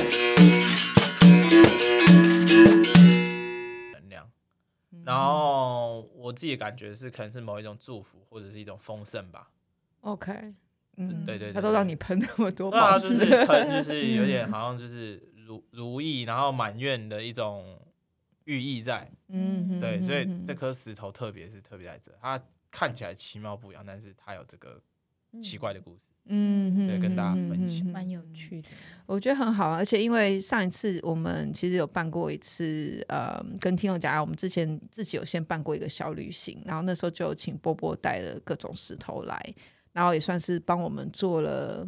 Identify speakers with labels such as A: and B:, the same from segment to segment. A: 嗯
B: 感觉是可能是某一种祝福或者是一种丰盛吧。
A: OK，
C: 嗯，
B: 对对对
A: 他都
B: 对
A: 让你喷那么多
B: 对啊，
A: 宝
B: 就是
A: 石，
B: 很 就是有点好像就是如如意，然后满愿的一种寓意在。
A: 嗯，
B: 对，所以
A: 嗯
B: 这颗石头特别是特别在这，它看起来其貌不扬，但是它有这个奇怪的故事。
A: 嗯，
B: 对
A: 嗯
B: 跟大家分享
A: 嗯嗯嗯
C: 蛮有趣的。
A: 我觉得很好啊，而且因为上一次我们其实有办过一次，呃，跟听友讲，我们之前自己有先办过一个小旅行，然后那时候就有请波波带了各种石头来，然后也算是帮我们做了，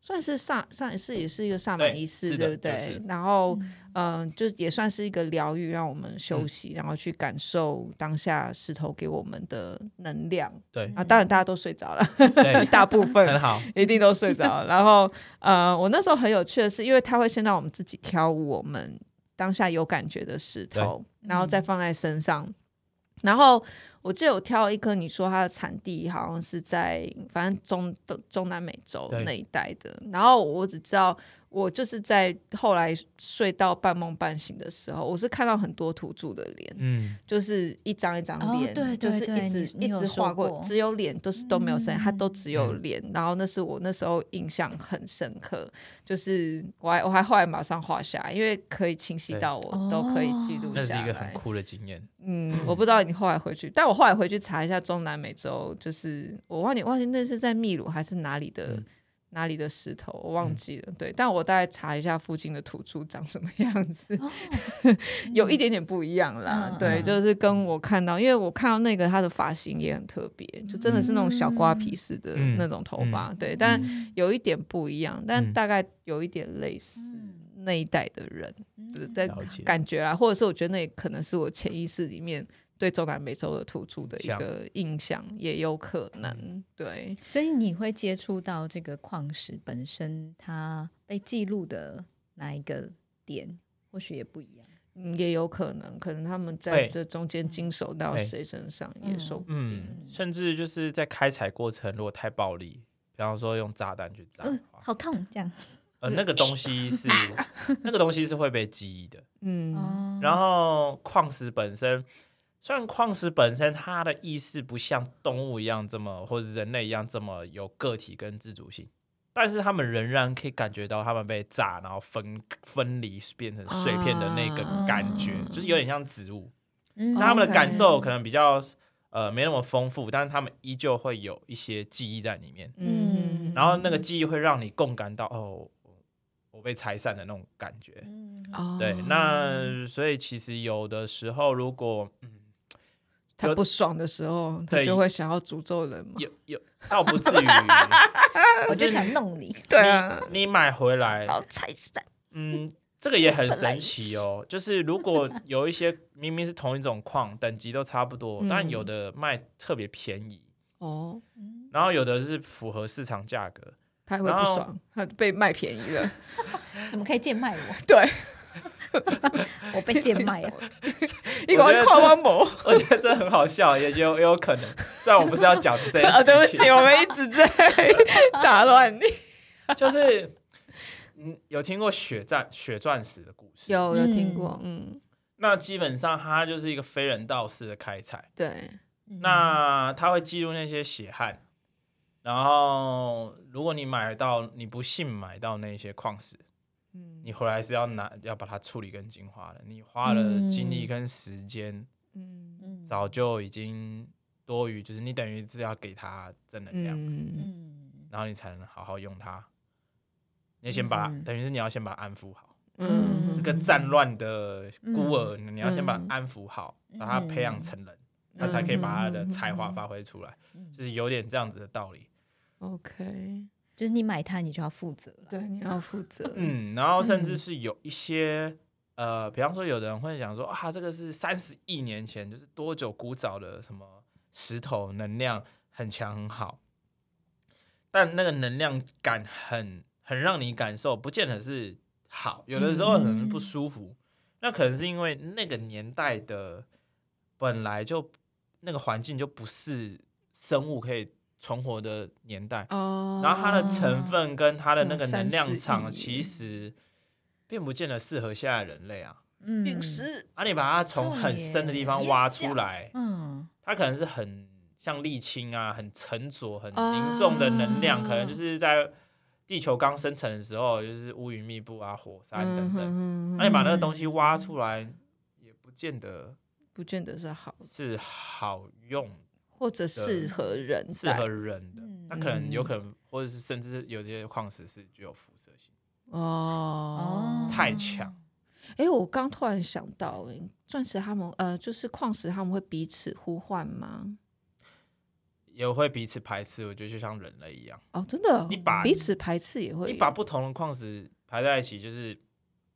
A: 算是上上一次也是一个萨满
B: 对
A: 仪式，
B: 是的
A: 对不对？
B: 就是
A: 然后，嗯、就也算是一个疗愈，让我们
B: 嗯
A: 休息，然后去感受当下石头给我们的能量
B: 对
A: 啊。当然，大家都睡着了，
B: 对，
A: 大部 分
B: 很好。
A: 一定都睡着。然后呃，我那时候很有趣的是，因为他会先让我们自己挑我们当下有感觉的石头，然后再放在身上。然后我记得我挑了一颗，你说它的产地好像是在反正中东中南美洲
B: 对
A: 那一带的。然后我只知道，我就是在后来睡到半梦半醒的时候，我是看到很多土著的脸，
B: 嗯，
A: 就是一张一张
C: 哦
A: 脸，
C: 对
A: 就
C: 对
A: 是一
C: 对
A: 直
C: 你
A: 一
C: 你有
A: 直
C: 说
A: 画
C: 过
A: 只有脸都是都没有声音，它都只有
B: 嗯
A: 脸。然后那是我那时候印象很深刻，就是我还我还后来马上画下来，因为可以清晰
B: 对
A: 到我都可以记
C: 哦
A: 录
B: 那是
A: 下
B: 一个很
A: 来。
B: 酷的经验。
A: 嗯，我不知道你后来回去，但我后来回去查一下中南美洲，就是我忘记忘记那是在秘鲁还是哪里的。
B: 嗯
A: 哪里的石头我忘记了，对，但我大概查一下附近的土著长什么样子，
C: 哦
A: 有一点点不一样啦，
C: 嗯
A: 对，
B: 嗯
A: 就是跟我看到，因为我看到那个他的发型也很特别，就真的是那种小瓜皮似的
B: 嗯
A: 那种头发，对，但有一点不一样，但
B: 嗯
A: 大概有一点类似
C: 嗯
A: 那一代的人，对，但
B: 了解
A: 感觉啦，或者是我觉得那也可能是我潜意识里面对中南美洲的土著的一
B: 像嗯
A: 个印象，也有可能，对，
C: 所以你会接触到这个矿石本身，它被记录的哪一个点，或许也不一样。
A: 嗯，也有可能，可能他们在
B: 会
A: 这中间经手到
B: 会
A: 谁身上也
C: 嗯
A: 说不定，
B: 嗯，甚至就是在开采过程，如果太暴力，比方说用炸弹去炸的
C: 嗯，
B: 话，
C: 好痛，这样。
B: 呃，
A: 嗯
B: 那个东西是 那个东西是会被记忆的。
A: 啊嗯
C: 哦
B: 然后矿石本身，虽然矿石本身它的意识不像动物一样这么，或者人类一样这么有个体跟自主性，但是他们仍然可以感觉到他们被炸，然后分分离变成碎片的那个感觉，
A: 啊
B: 就是有点像植物。
C: 嗯
B: 那他们的
A: OK
B: 感受可能比较呃没那么丰富，但是他们依旧会有一些记忆在里面，
A: 嗯，
B: 然后那个记忆会让你共感到哦，我我被拆散的那种感觉。
C: 嗯
A: 哦，
B: 对，那所以其实有的时候，如果嗯，
A: 他
B: 有
A: 不爽的时候，他
B: 对
A: 就会想要诅咒人嘛。
B: 有有倒不至 于，
C: 我
B: 只
C: 就是想弄你。
A: 对啊，
B: 你你买回来，
A: 拆散。
B: 嗯，这个也很神奇哦。就是如果有一些明明是同一种矿，等级都差不多，但
A: 嗯
B: 有的卖特别便宜，
A: 哦，
C: 嗯
B: 然后有的是符合市场价格，
A: 他会不爽，他被卖便宜了。
C: 怎么可以贱卖我？
A: 对，
C: 我被贱卖了。
A: 一个人跨弯某
B: 我觉得这很好笑，也有也有可能。虽然我不是要讲这
A: 啊，
B: 个，
A: 对不起，我们一 直在打乱你。
B: 就是嗯，有听过血战血钻石的故事？
A: 有有
C: 有
A: 听
C: 听
A: 过
C: 过，
A: 嗯，
B: 那基本上它就是一个非人道式的开采，
A: 对，
B: 那它会记录那些血汗，然后如果你买到你不幸买到那些矿石，
A: 嗯
B: 你回来是要拿要把它处理跟净化的，你花了精力跟时间，
A: 嗯
C: 嗯
B: 早就已经多余，就是你等于是要给它正能量，
A: 嗯
C: 嗯
B: 然后你才能好好用它。你要先把它，
C: 嗯
B: 等于是你要先把它安抚好。
A: 嗯，
B: 这个战乱的孤儿，你要先把他
A: 嗯
B: 安抚好，把他培养成人，他才可以把他
A: 嗯
B: 的才华发挥出来，
C: 嗯
B: 就是有点这样子的道理。
A: OK，
C: 就是你买它，你就要负责了。
A: 对，你要负责。
B: 嗯，然后甚至是有一些呃，比方说有的人会讲说啊，这个是三十亿年前，就是多久古早的什么石头能量很强很好，但那个能量感很很让你感受，不见得是好，有的时候可能不舒服，那可能是因为那个年代的本来就那个环境就不是生物可以存活的年代，
A: 哦，
B: 然后它的成分跟它的那个
A: 对
B: 能量
A: 30
B: 场，
A: 亿
B: 其实并不见得适合现在人类啊。
C: 嗯
A: 陨石，
B: 啊，你把它从很深的地方挖出来，
C: 嗯，
B: 它可能是很像沥青啊，很沉着、很凝重的能量，可能就是在地球刚生成的时候，就是乌云密布啊、火山等等。
A: 等
B: 那、你把那个东西挖出来，也不见得
A: 不见得是好，
B: 是好用、
A: 或者适合人
B: 适
A: 在
B: 合人的
C: 嗯。
B: 那可能有可能，或者是甚至有些矿石是具有辐射性，
A: 哦
C: 哦
B: 太强。
A: 哎、我刚突然想到、诶钻石他们呃，就是矿石他们会彼此呼唤吗？
B: 也会彼此排斥。我觉得就像人类一样，
A: 哦，真的，
B: 你把
A: 彼此排斥也会
B: 你把不同的矿石排在一起，就是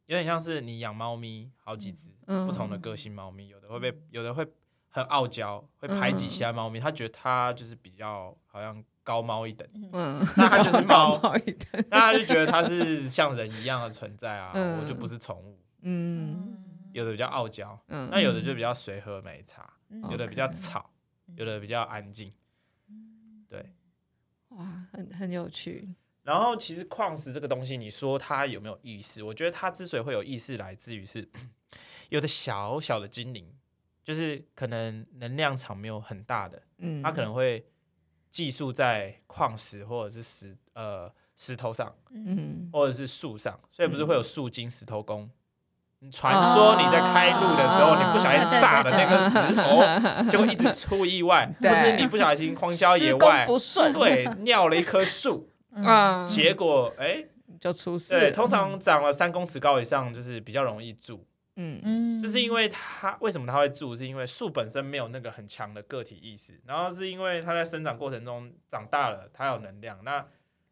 B: 有点像是你养猫咪好几只、
A: 嗯
B: 不同的个性猫咪，有的会被，有的会很傲娇，会排挤
A: 嗯
B: 其他猫咪，它觉得它就是比较好像高猫一等，
A: 嗯，
B: 那它 就是猫
A: 搞不好一 点
B: 那它就觉得它是像人一样的存在啊，
A: 嗯
B: 我就不是宠物。
A: 嗯
B: 有的比较傲娇，
A: 嗯，
B: 那有的就比较随和没差，
C: 嗯
B: 有的比较
A: OK
B: 吵，有的比较安静。
A: 哇，很很有趣，
B: 然后其实矿石这个东西，你说它有没有意识？我觉得它之所以会有意识，来自于是 有的小小的精灵，就是可能能量场没有很大的，
A: 嗯，
B: 它可能会寄宿在矿石或者是石呃石头上，
A: 嗯，
B: 或者是树上，所以不是会有树精石头公？你传说你在开路的时候，
A: 啊
B: 你不小心炸了那个石头，结果一直出意 外，或
A: 对
B: 是你不小心荒郊野
A: 施工
B: 外，
A: 不顺，
B: 对，尿了一棵树，
A: 嗯，
B: 结果哎。
A: 就出事了，
B: 对，通常长了三公尺高以上，就是比较容易蛀，
A: 嗯
C: 嗯
B: 就是因为它为什么它会蛀，是因为树本身没有那个很强的个体意识，然后是因为它在生长过程中长大了，它有能量，那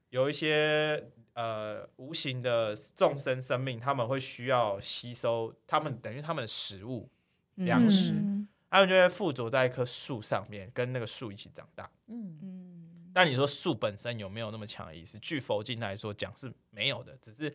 B: 有一些呃无形的众生生命，他们会需要吸收他们等于他们的食物，粮
C: 食
A: 嗯
B: 他们就会附着在一棵树上面，跟那个树一起长大。
C: 嗯
A: 嗯
B: 但你说树本身有没有那么强的意识？据佛经来说讲是没有的，只是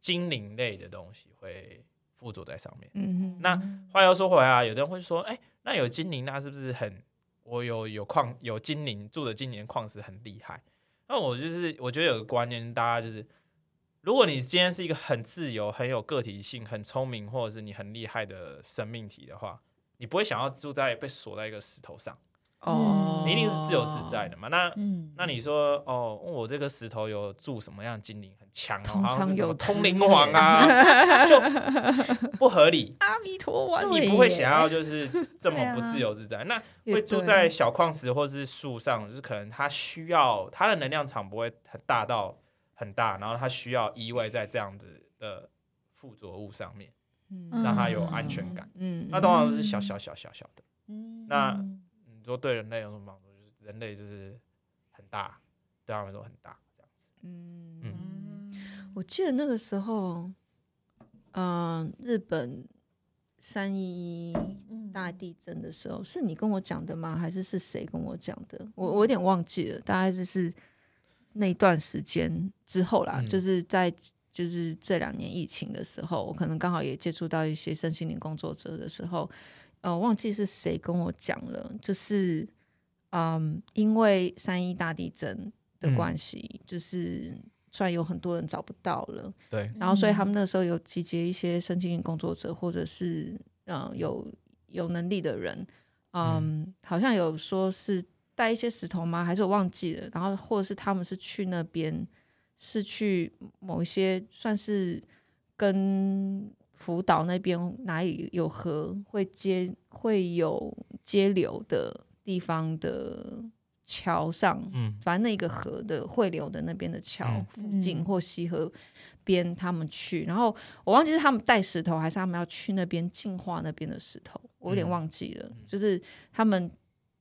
B: 精灵类的东西会附着在上面。
A: 嗯
B: 那话又说回来啊，有的人会说，哎、那有精灵，那是不是很我有有矿有精灵住的精灵矿石很厉害？那我就是我觉得有个观念，大家就是，如果你今天是一个很自由、很有个体性、很聪明，或者是你很厉害的生命体的话，你不会想要住在被锁在一个石头上，
A: 哦，
B: 你一定是自由自在的嘛。那
C: 嗯
B: 那你说哦，我这个石头有住什么样的精灵很强哦，
A: 通
B: 好像
A: 常
B: 是什么
A: 有
B: 通
A: 之
B: 灵王 啊，就不合理。
A: 阿弥陀丸
C: 对
B: 你不会想要就是这么不自由自在。那
A: 啊也
B: 会住
A: 对啊
B: 在小矿石或是树上，就是可能它需要它的能量场不会很大到很大，然后它需要依偎在这样子的附着物上面，让它有安全感。
A: 嗯，
B: 那通常是小小小小小的。那
C: 嗯
B: 你说对人类有什么帮助？就是人类就是很大，对他们来说很大。这样
A: 嗯
B: 嗯
A: 我记得那个时候，嗯、日本三一一
C: 嗯
A: 大地震的时候，是你跟我讲的吗？还是是谁跟我讲的？
B: 嗯
A: 我我有点忘记了，大概就是那段时间之后啦，
B: 嗯
A: 就是在就是这两年疫情的时候，我可能刚好也接触到一些身心灵工作者的时候，呃，忘记是谁跟我讲了，就是嗯，因为三一大地震的
B: 嗯
A: 关系，就是虽然有很多人找不到了，
B: 对，
C: 嗯
A: 然后所以他们那时候有集结一些身心灵工作者，或者是嗯、呃有有能力的人，嗯，好像有说是带一些石头吗？还是我忘记了？然后或者是他们是去那边，是去某一些算是跟福岛那边哪里有河会接会有接流的地方的桥上，
B: 嗯
A: 反正那个河的汇流的那边的桥
B: 嗯
A: 附近
C: 嗯
A: 或西河边，他们去，然后我忘记是他们带石头，还是他们要去那边净化那边的石头，我有点
B: 嗯
A: 忘记了。就是他们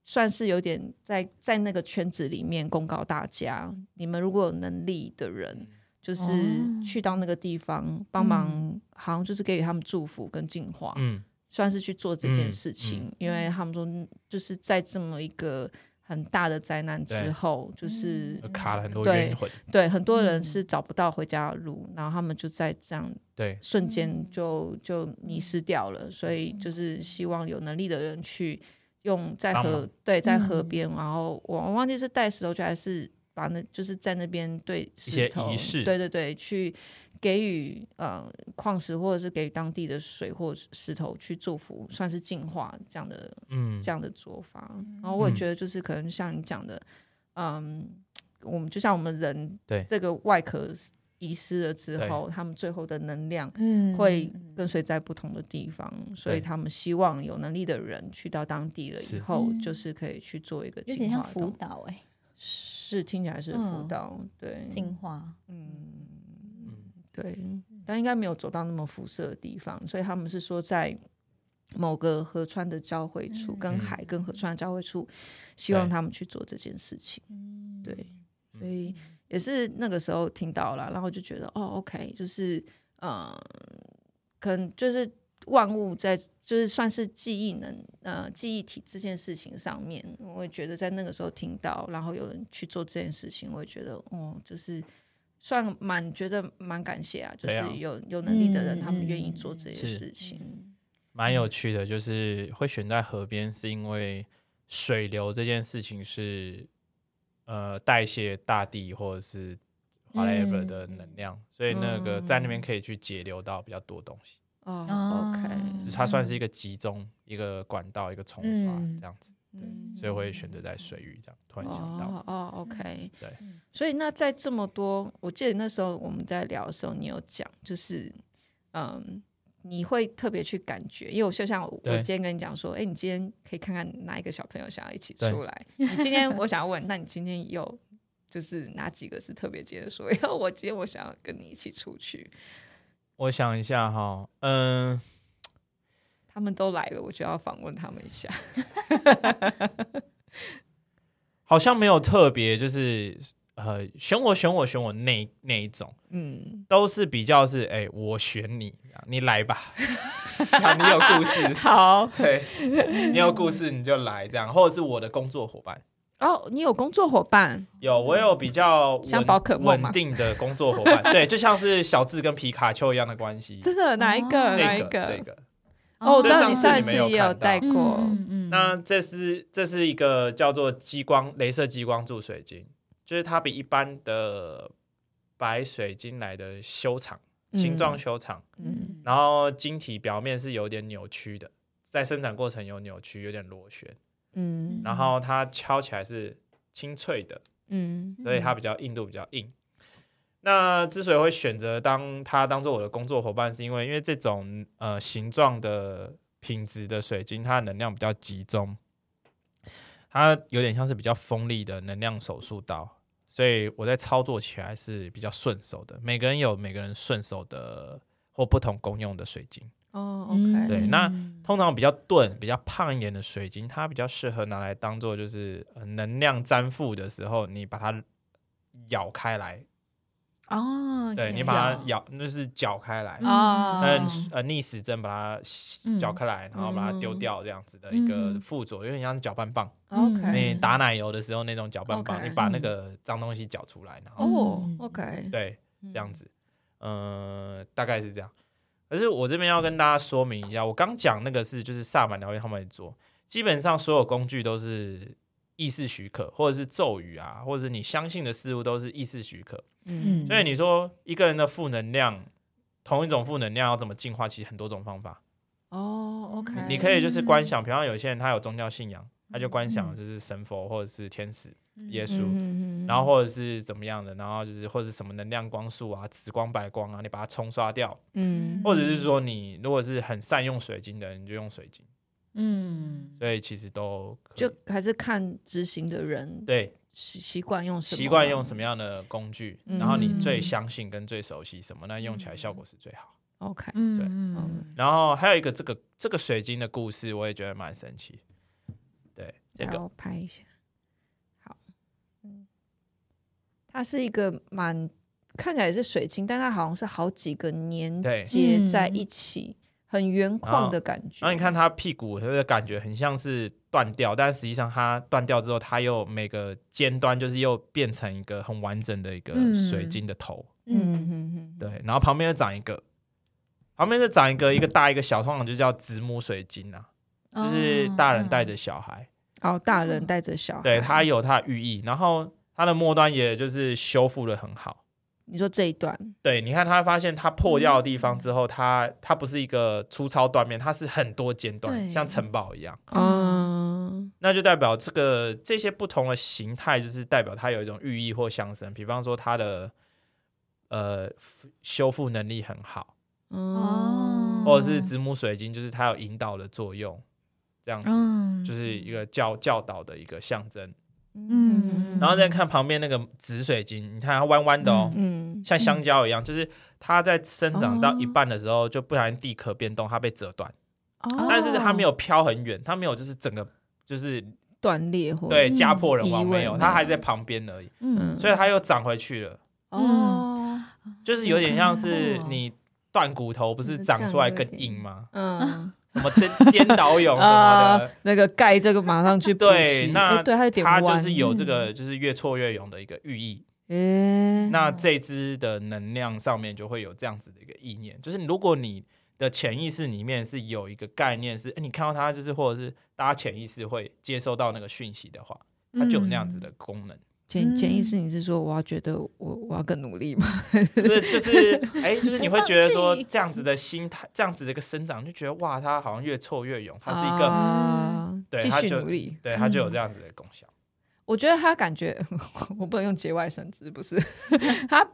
A: 算是有点在在那个圈子里面公告大家，你们如果有能力的
B: 嗯
A: 人，就是
C: 哦嗯
A: 去到那个地方帮忙，好像就是给予他们祝福跟净化。
B: 嗯
A: 算是去做这件
B: 嗯
A: 事情，因为他们说嗯就是在这么一个很大的灾难之
B: 对
A: 后，就是
C: 嗯
B: 卡了很多
A: 对
B: 冤魂，
A: 对很多人
C: 嗯
A: 是找不到回家的路，然后他们就在这样
B: 对，
A: 瞬间
C: 嗯
A: 就就迷失掉了，所以就是希望有能力的人去用在
B: 帮
A: 河
B: 忙
A: 对在
C: 嗯
A: 河边，然后我我忘记是带石头去还是把那就是在那边对石
B: 些
A: 头
B: 仪式
A: 对对对，去给予呃矿石或者是给予当地的水或石石头去祝福，算是净化这样的
B: 嗯
A: 这样的做法。然后我也
B: 嗯
A: 觉得，就是可能像你讲的，嗯，我们就像我们人
B: 对
A: 这个外壳遗失了之后，他们最后的能量
C: 嗯
A: 会跟随在不同的地方，所以
B: 对
A: 他们希望有能力的人去到当地了以
B: 是
A: 后，
C: 嗯
A: 就是可以去做一个
C: 有
A: 净
C: 点
A: 化
C: 像
A: 的
C: 辅
A: 动作，
C: 导哎，
A: 是听起来是辅
C: 嗯
A: 导，对，
C: 净化，
A: 嗯，对，但应该没有走到那么辐射的地方，所以他们是说在某个河川的交汇处，跟
B: 嗯
A: 海跟河川的交汇处，希望
B: 对
A: 他们去做这件事情。
C: 嗯
A: 对，所以也是那个时候听到了，然后就觉得哦，OK，就是呃，可能就是万物在就是算是记忆能呃记忆体这件事情上面，我也觉得在那个时候听到，然后有人去做这件事情，我也觉得哦，就是算蛮觉得蛮感谢啊，就
B: 对
A: 是
B: 啊
A: 有有能力的人，
C: 嗯
A: 他们愿意做这
B: 是
A: 些事情，
B: 蛮有趣的，就是会选在河边，是因为水流这件事情是呃代谢大地或者是 whatever
C: 嗯
B: 的能量，所以那个在
A: 嗯
B: 那边可以去节流到比较多东西，
A: 哦
C: 哦
A: ，OK，
B: 就是它算是一个集中、一个管道、一个冲刷
C: 嗯
B: 这样子，
A: 嗯嗯
B: 所以会选择在水域这样。突然想到，嗯
A: 哦哦，OK，
B: 对，
A: 所以那在这么多，我记得那时候我们在聊的时候，你有讲，就是嗯，你会特别去感觉，因为我就像我
B: 对
A: 今天跟你讲说，哎，你今天可以看看哪一个小朋友想要一起
B: 对
A: 出来。你今天我想要问，那你今天有就是哪几个是特别接着说，因为我今天我想要跟你一起出去，
B: 我想一下哈，嗯，
A: 他们都来了，我就要访问他们一下。
B: 好像没有特别就是呃选我选我选我那那一种。
A: 嗯，
B: 都是比较是哎、我选你，你来吧， 啊你有故事，
A: 好。
B: 对，你有故事你就来这样，或者是我的工作伙伴，
A: 哦，你有工作伙伴，
B: 有我有比较稳
A: 像宝可梦
B: 稳
A: 吗
B: 定的工作伙伴，对，就像是小智跟皮卡丘一样的关系，
A: 真的哪一个？
B: 这
A: 哪一
B: 个这个，
A: 哦，我知道
B: 上
A: 你
B: 次
A: 上一
B: 你
A: 次
B: 们有
A: 也
B: 看到
A: 有带过。
C: 嗯嗯，
B: 那这是这是一个叫做激光镭射激光注水晶，就是它比一般的白水晶来的修长，
A: 嗯
B: 形状修长。
A: 嗯
B: 然后晶体表面是有点扭曲的，在生产过程有扭曲，有点螺旋，
A: 嗯
B: 然后它敲起来是清脆的，
A: 嗯
B: 所以它比较硬度比较硬。那之所以会选择当它当做我的工作伙伴，是因为因为这种呃形状的品质的水晶，它的能量比较集中，它有点像是比较锋利的能量手术刀，所以我在操作起来是比较顺手的。每个人有每个人顺手的或不同功用的水晶。
A: 哦
C: 嗯
A: ，OK，
B: 对那通常比较钝、比较胖一点的水晶，它比较适合拿来当做就是、呃、能量粘附的时候，你把它咬开来，
C: 哦，
B: 对你把它咬就是绞开来，
C: 嗯
A: 哦
B: 嗯呃逆时针把它
C: 嗯
B: 绞开来，然后把它丢
A: 嗯
B: 掉这样子的一个
C: 嗯
B: 副作用，有点像是搅拌棒，
C: 嗯
B: 你
A: 哦，OK，
B: 打奶油的时候那种搅拌棒，
A: OK，
B: 你把那
C: 嗯
B: 个脏东西搅出来，然后
A: 哦
C: 嗯
A: ，OK，
B: 对这
A: 嗯
B: 样子，呃，大概是这样。可是我这边要跟大家说明一下，我刚讲那个是就是萨满疗愈他们做，基本上所有工具都是意识许可，或者是咒语啊，或者是你相信的事物都是意识许可。
A: 嗯
B: 所以你说一个人的负能量，同一种负能量要怎么净化，其实很多种方法。
A: 哦，OK，
B: 你可以就是观想，比方有些人他有宗教信仰，他就观想就是神佛或者是天使、耶稣。
A: 嗯
B: 然后或者是怎么样的，然后就是或者是什么能量光束啊、紫光、白光啊，你把它冲刷掉，
A: 嗯
B: 或者是说你如果是很善用水晶的人，你就用水晶，
C: 嗯
B: 所以其实都可以
A: 就还是看执行的人
B: 对
A: 习习惯用什么，
B: 习惯用什么样的工具，
A: 嗯
B: 然后你最相信跟最熟悉什么，那用起来效果是最好。
A: ，OK，
C: 嗯
B: 对
C: 嗯
B: 然后还有一个这个这个水晶的故事，我也觉得蛮神奇。对，这
A: 然
B: 个
A: 后拍一下，好，嗯，它是一个蛮看起来是水晶，但它好像是好几个粘
B: 对
A: 接在
C: 嗯
A: 一起，很原矿的感觉。
B: 嗯然后你看它屁股，就是感觉很像是断掉，但实际上它断掉之后，它又每个尖端就是又变成一个很完整的一个
C: 嗯
B: 水晶的头，
A: 嗯嗯嗯，
B: 对，然后旁边又长一个，旁边就长一个，一个大一个小，通常就叫子母水晶啊，
C: 嗯，嗯
B: 就是大人带着小孩，
A: 哦，大人带着小孩，
B: 对，它有它的寓意，然后。它的末端也就是修复的很好。
A: 你说这一段，
B: 对，你看他发现它破掉的地
C: 嗯
B: 方之后，它它不是一个粗糙断面，它是很多间断，
C: 对
B: 像城堡一样。
A: 嗯，
B: 那就代表这个这些不同的形态，就是代表它有一种寓意或象征。比方说它的呃修复能力很好，
A: 哦，
B: 或者是子母水晶，就是它有引导的作用，这样子、
C: 嗯
B: 就是一个教教导的一个象征。
A: 嗯，
B: 然后再看旁边那个紫水晶，你看它弯弯的哦，
A: 嗯，
B: 像香蕉一样，就是它在生长到一半的时候，就不小心地壳变动，它被折断，
A: 哦
B: 但是它没有飘很远，它没有就是整个就是
A: 断裂或
B: 对
A: 嗯
B: 家破人
A: 移
B: 亡
A: 位
B: 没有，它还在旁边而已，
A: 嗯
B: 所以它又长回去了，
A: 哦，
B: 就是有点像是
C: 哦
B: 你断骨头不是长出来更硬吗？
A: 嗯，
B: 什么颠颠 倒蛹什么
A: 啊
B: 的。，
A: 那个盖这个马上去补
B: 对
A: 齐
B: 那
A: 诶对，它有点
B: 它
A: 弯，嗯
B: 就是有这个，就是越挫越勇的一个寓意。
A: 诶，
B: 那这只的能量上面就会有这样子的一个意念，就是如果你的潜意识里面是有一个概念是，诶你看到它就是或者是大家潜意识会接收到那个讯息的话，它就有那样子
A: 嗯
B: 的功能，
A: 潜潜意
C: 嗯
A: 识你是说我要觉得我我要更努力吗？
B: 就是就是哎、就是你会觉得说
C: 放弃
B: 这样子的心态，这样子的一个生长，就觉得哇，它好像越挫越勇，它是一个、
A: 啊
B: 对
A: 继
B: 它
A: 续
B: 就
A: 努力。
B: 对它就有这样子的功效。
A: 我觉得他感觉，我不能用节外生枝，不 是他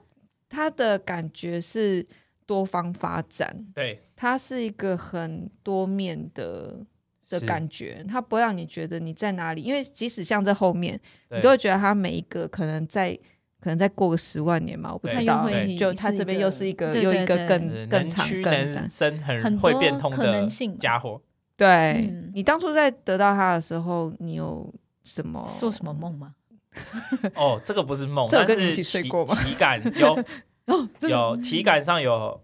A: 他的感觉是多方发展，
B: 对，
A: 它是一个很多面的的
B: 是
A: 感觉，它不会让你觉得你在哪里，因为即使像在后面，
B: 对
A: 你都会觉得它每一个可能在。可能再过个十万年嘛，我不
B: 对
A: 知
B: 它
A: 道
B: 又会，
A: 就它
C: 是一
A: 这边
C: 个
A: 又是一个
C: 对
A: 又
C: 对
A: 一个
C: 对
B: 呃
A: 更更
B: 能
A: 长
B: 屈
A: 更
B: 能
A: 短。
B: 伸，很
C: 很
B: 会
C: 多
B: 变通
C: 可
B: 的
C: 能性嘛
B: 家伙。
A: 对
C: 嗯
A: 你当初在得到它的时候，你有什么
C: 做什么？梦吗？
B: 哦，这个不是梦，
A: 这有
B: 但
A: 跟
B: 是
A: 你一起睡
B: 体
A: 过吗
B: 体感有。
A: 哦，真的
B: 有体感上有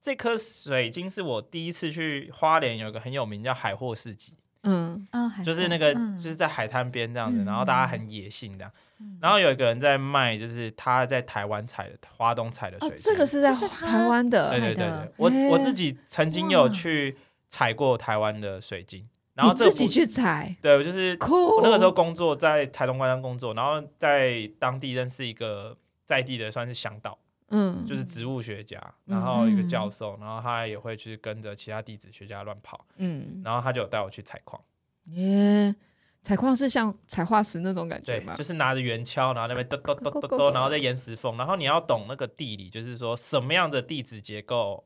B: 这颗水晶是我第一次去花莲，有个很有名叫海货市集，
A: 嗯
C: 啊，还
B: 就是
C: 好
B: 那个、
C: 嗯
B: 就是在海滩边这样子，
C: 嗯
B: 然后大家很野性这样，然后有一个人在卖，就是他在台湾采的花东采的水
A: 哦，
B: 晶，
A: 这个是在
C: 这是它
A: 台湾
B: 对
A: 的，
B: 对对
C: 采
B: 对
C: 的，
B: 我
A: 嘿
B: 我自己曾经有
C: 哇
B: 去采过台湾的水晶，然
A: 你
B: 后这
A: 自
B: 个
A: 己
B: 不
A: 去采，
B: 对我就是
A: 酷。
B: 我那个时候工作在台东关山工作，然后在当地认识一个在地的算是向导。
A: 嗯，
B: 就是植物学家，
A: 嗯
B: 然后一个教授，然后他也会去跟着其他地质学家乱跑，
A: 嗯，
B: 然后他就有带我去采矿，
A: 耶，采矿是像采化石那种感觉
B: 对
A: 吗，
B: 就？是拿着圆锹，然后那边咚咚咚咚咚，然后在岩石缝，然后你要懂那个地理，就是说什么样的地质结构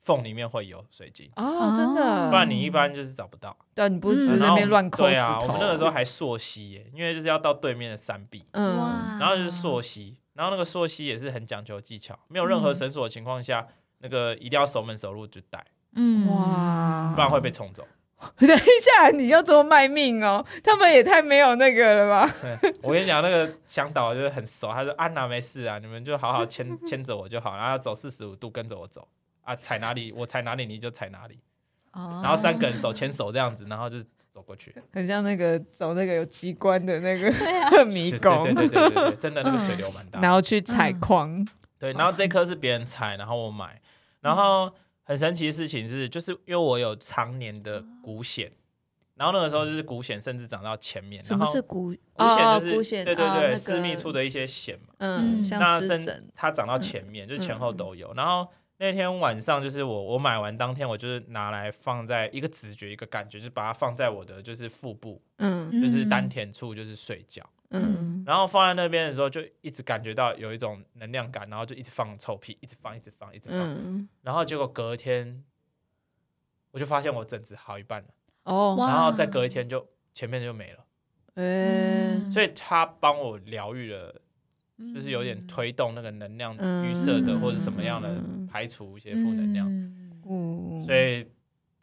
B: 缝里面会有水晶，
A: 哦，真的，
C: 哦
B: 不然你一般就是找不到。
A: 对，你不是
C: 嗯
A: 在那边乱抠
B: 对
A: 石
B: 啊，我
A: 头
B: 们，那个时候还溯溪耶，因为就是要到对面的山壁，
C: 啊
A: 嗯，
B: 然后就是溯溪，然后那个溯溪也是很讲究技巧，没有任何绳索的情况下，那个一定要熟门熟路去带，
C: 嗯
A: 哇
B: 不然会被冲走。
A: 等一下，你要这么卖命哦，他们也太没有那个了吧？
B: 对我跟你讲，那个向导就是很熟，他说安娜没事啊，你们就好好牵牵着我就好，然后走四十五度跟着我走啊，踩哪里我踩哪里你就踩哪里，
C: 哦
B: 然后三个人手牵手这样子，然后就走过去，
A: 很像那个走那个有机关的那个迷嗯
B: 就对
A: 宫，
B: 对对对对对，真的那个水流蛮大的
A: 然。后去采矿，
B: 对，然后这颗是别人采，然后我买，
A: 嗯
B: 然后很神奇的事情是，就是因为我有常年的
A: 哦
B: 骨癣，然后那个时候就是骨癣甚至长到前面，然后骨
A: 骨
B: 癣
A: 哦
B: 就是、
A: 骨癣
B: 对对
A: 哦
B: 对、
A: 那个
B: 私密处的一些癣嘛。
A: 嗯，
C: 嗯
A: 像
B: 那
A: 湿
B: 甚
A: 疹，嗯
B: 它长到前面，就是前后都有。然后那天晚上就是我我买完当天，我就是拿来放在一个直觉一个感觉，就是把它放在我的就是腹部，
A: 嗯
B: 就是丹
C: 嗯
B: 田处，就是睡觉。
A: 嗯，
B: 然后放在那边的时候，就一直感觉到有一种能量感，然后就一直放臭屁，一直放，一直放，一直放。
A: 嗯，
B: 然后结果隔天，我就发现我疹子好一半了，
A: 哦，
C: 哇
B: 然后再隔一天就前面就没了。
A: 诶，
C: 嗯
B: 所以他帮我疗愈了。就是有
C: 嗯
B: 点推动那个能量预设的、
A: 嗯
B: 或者什么样的
A: 嗯
B: 排除一些负能量，
C: 嗯
A: 嗯
B: 所以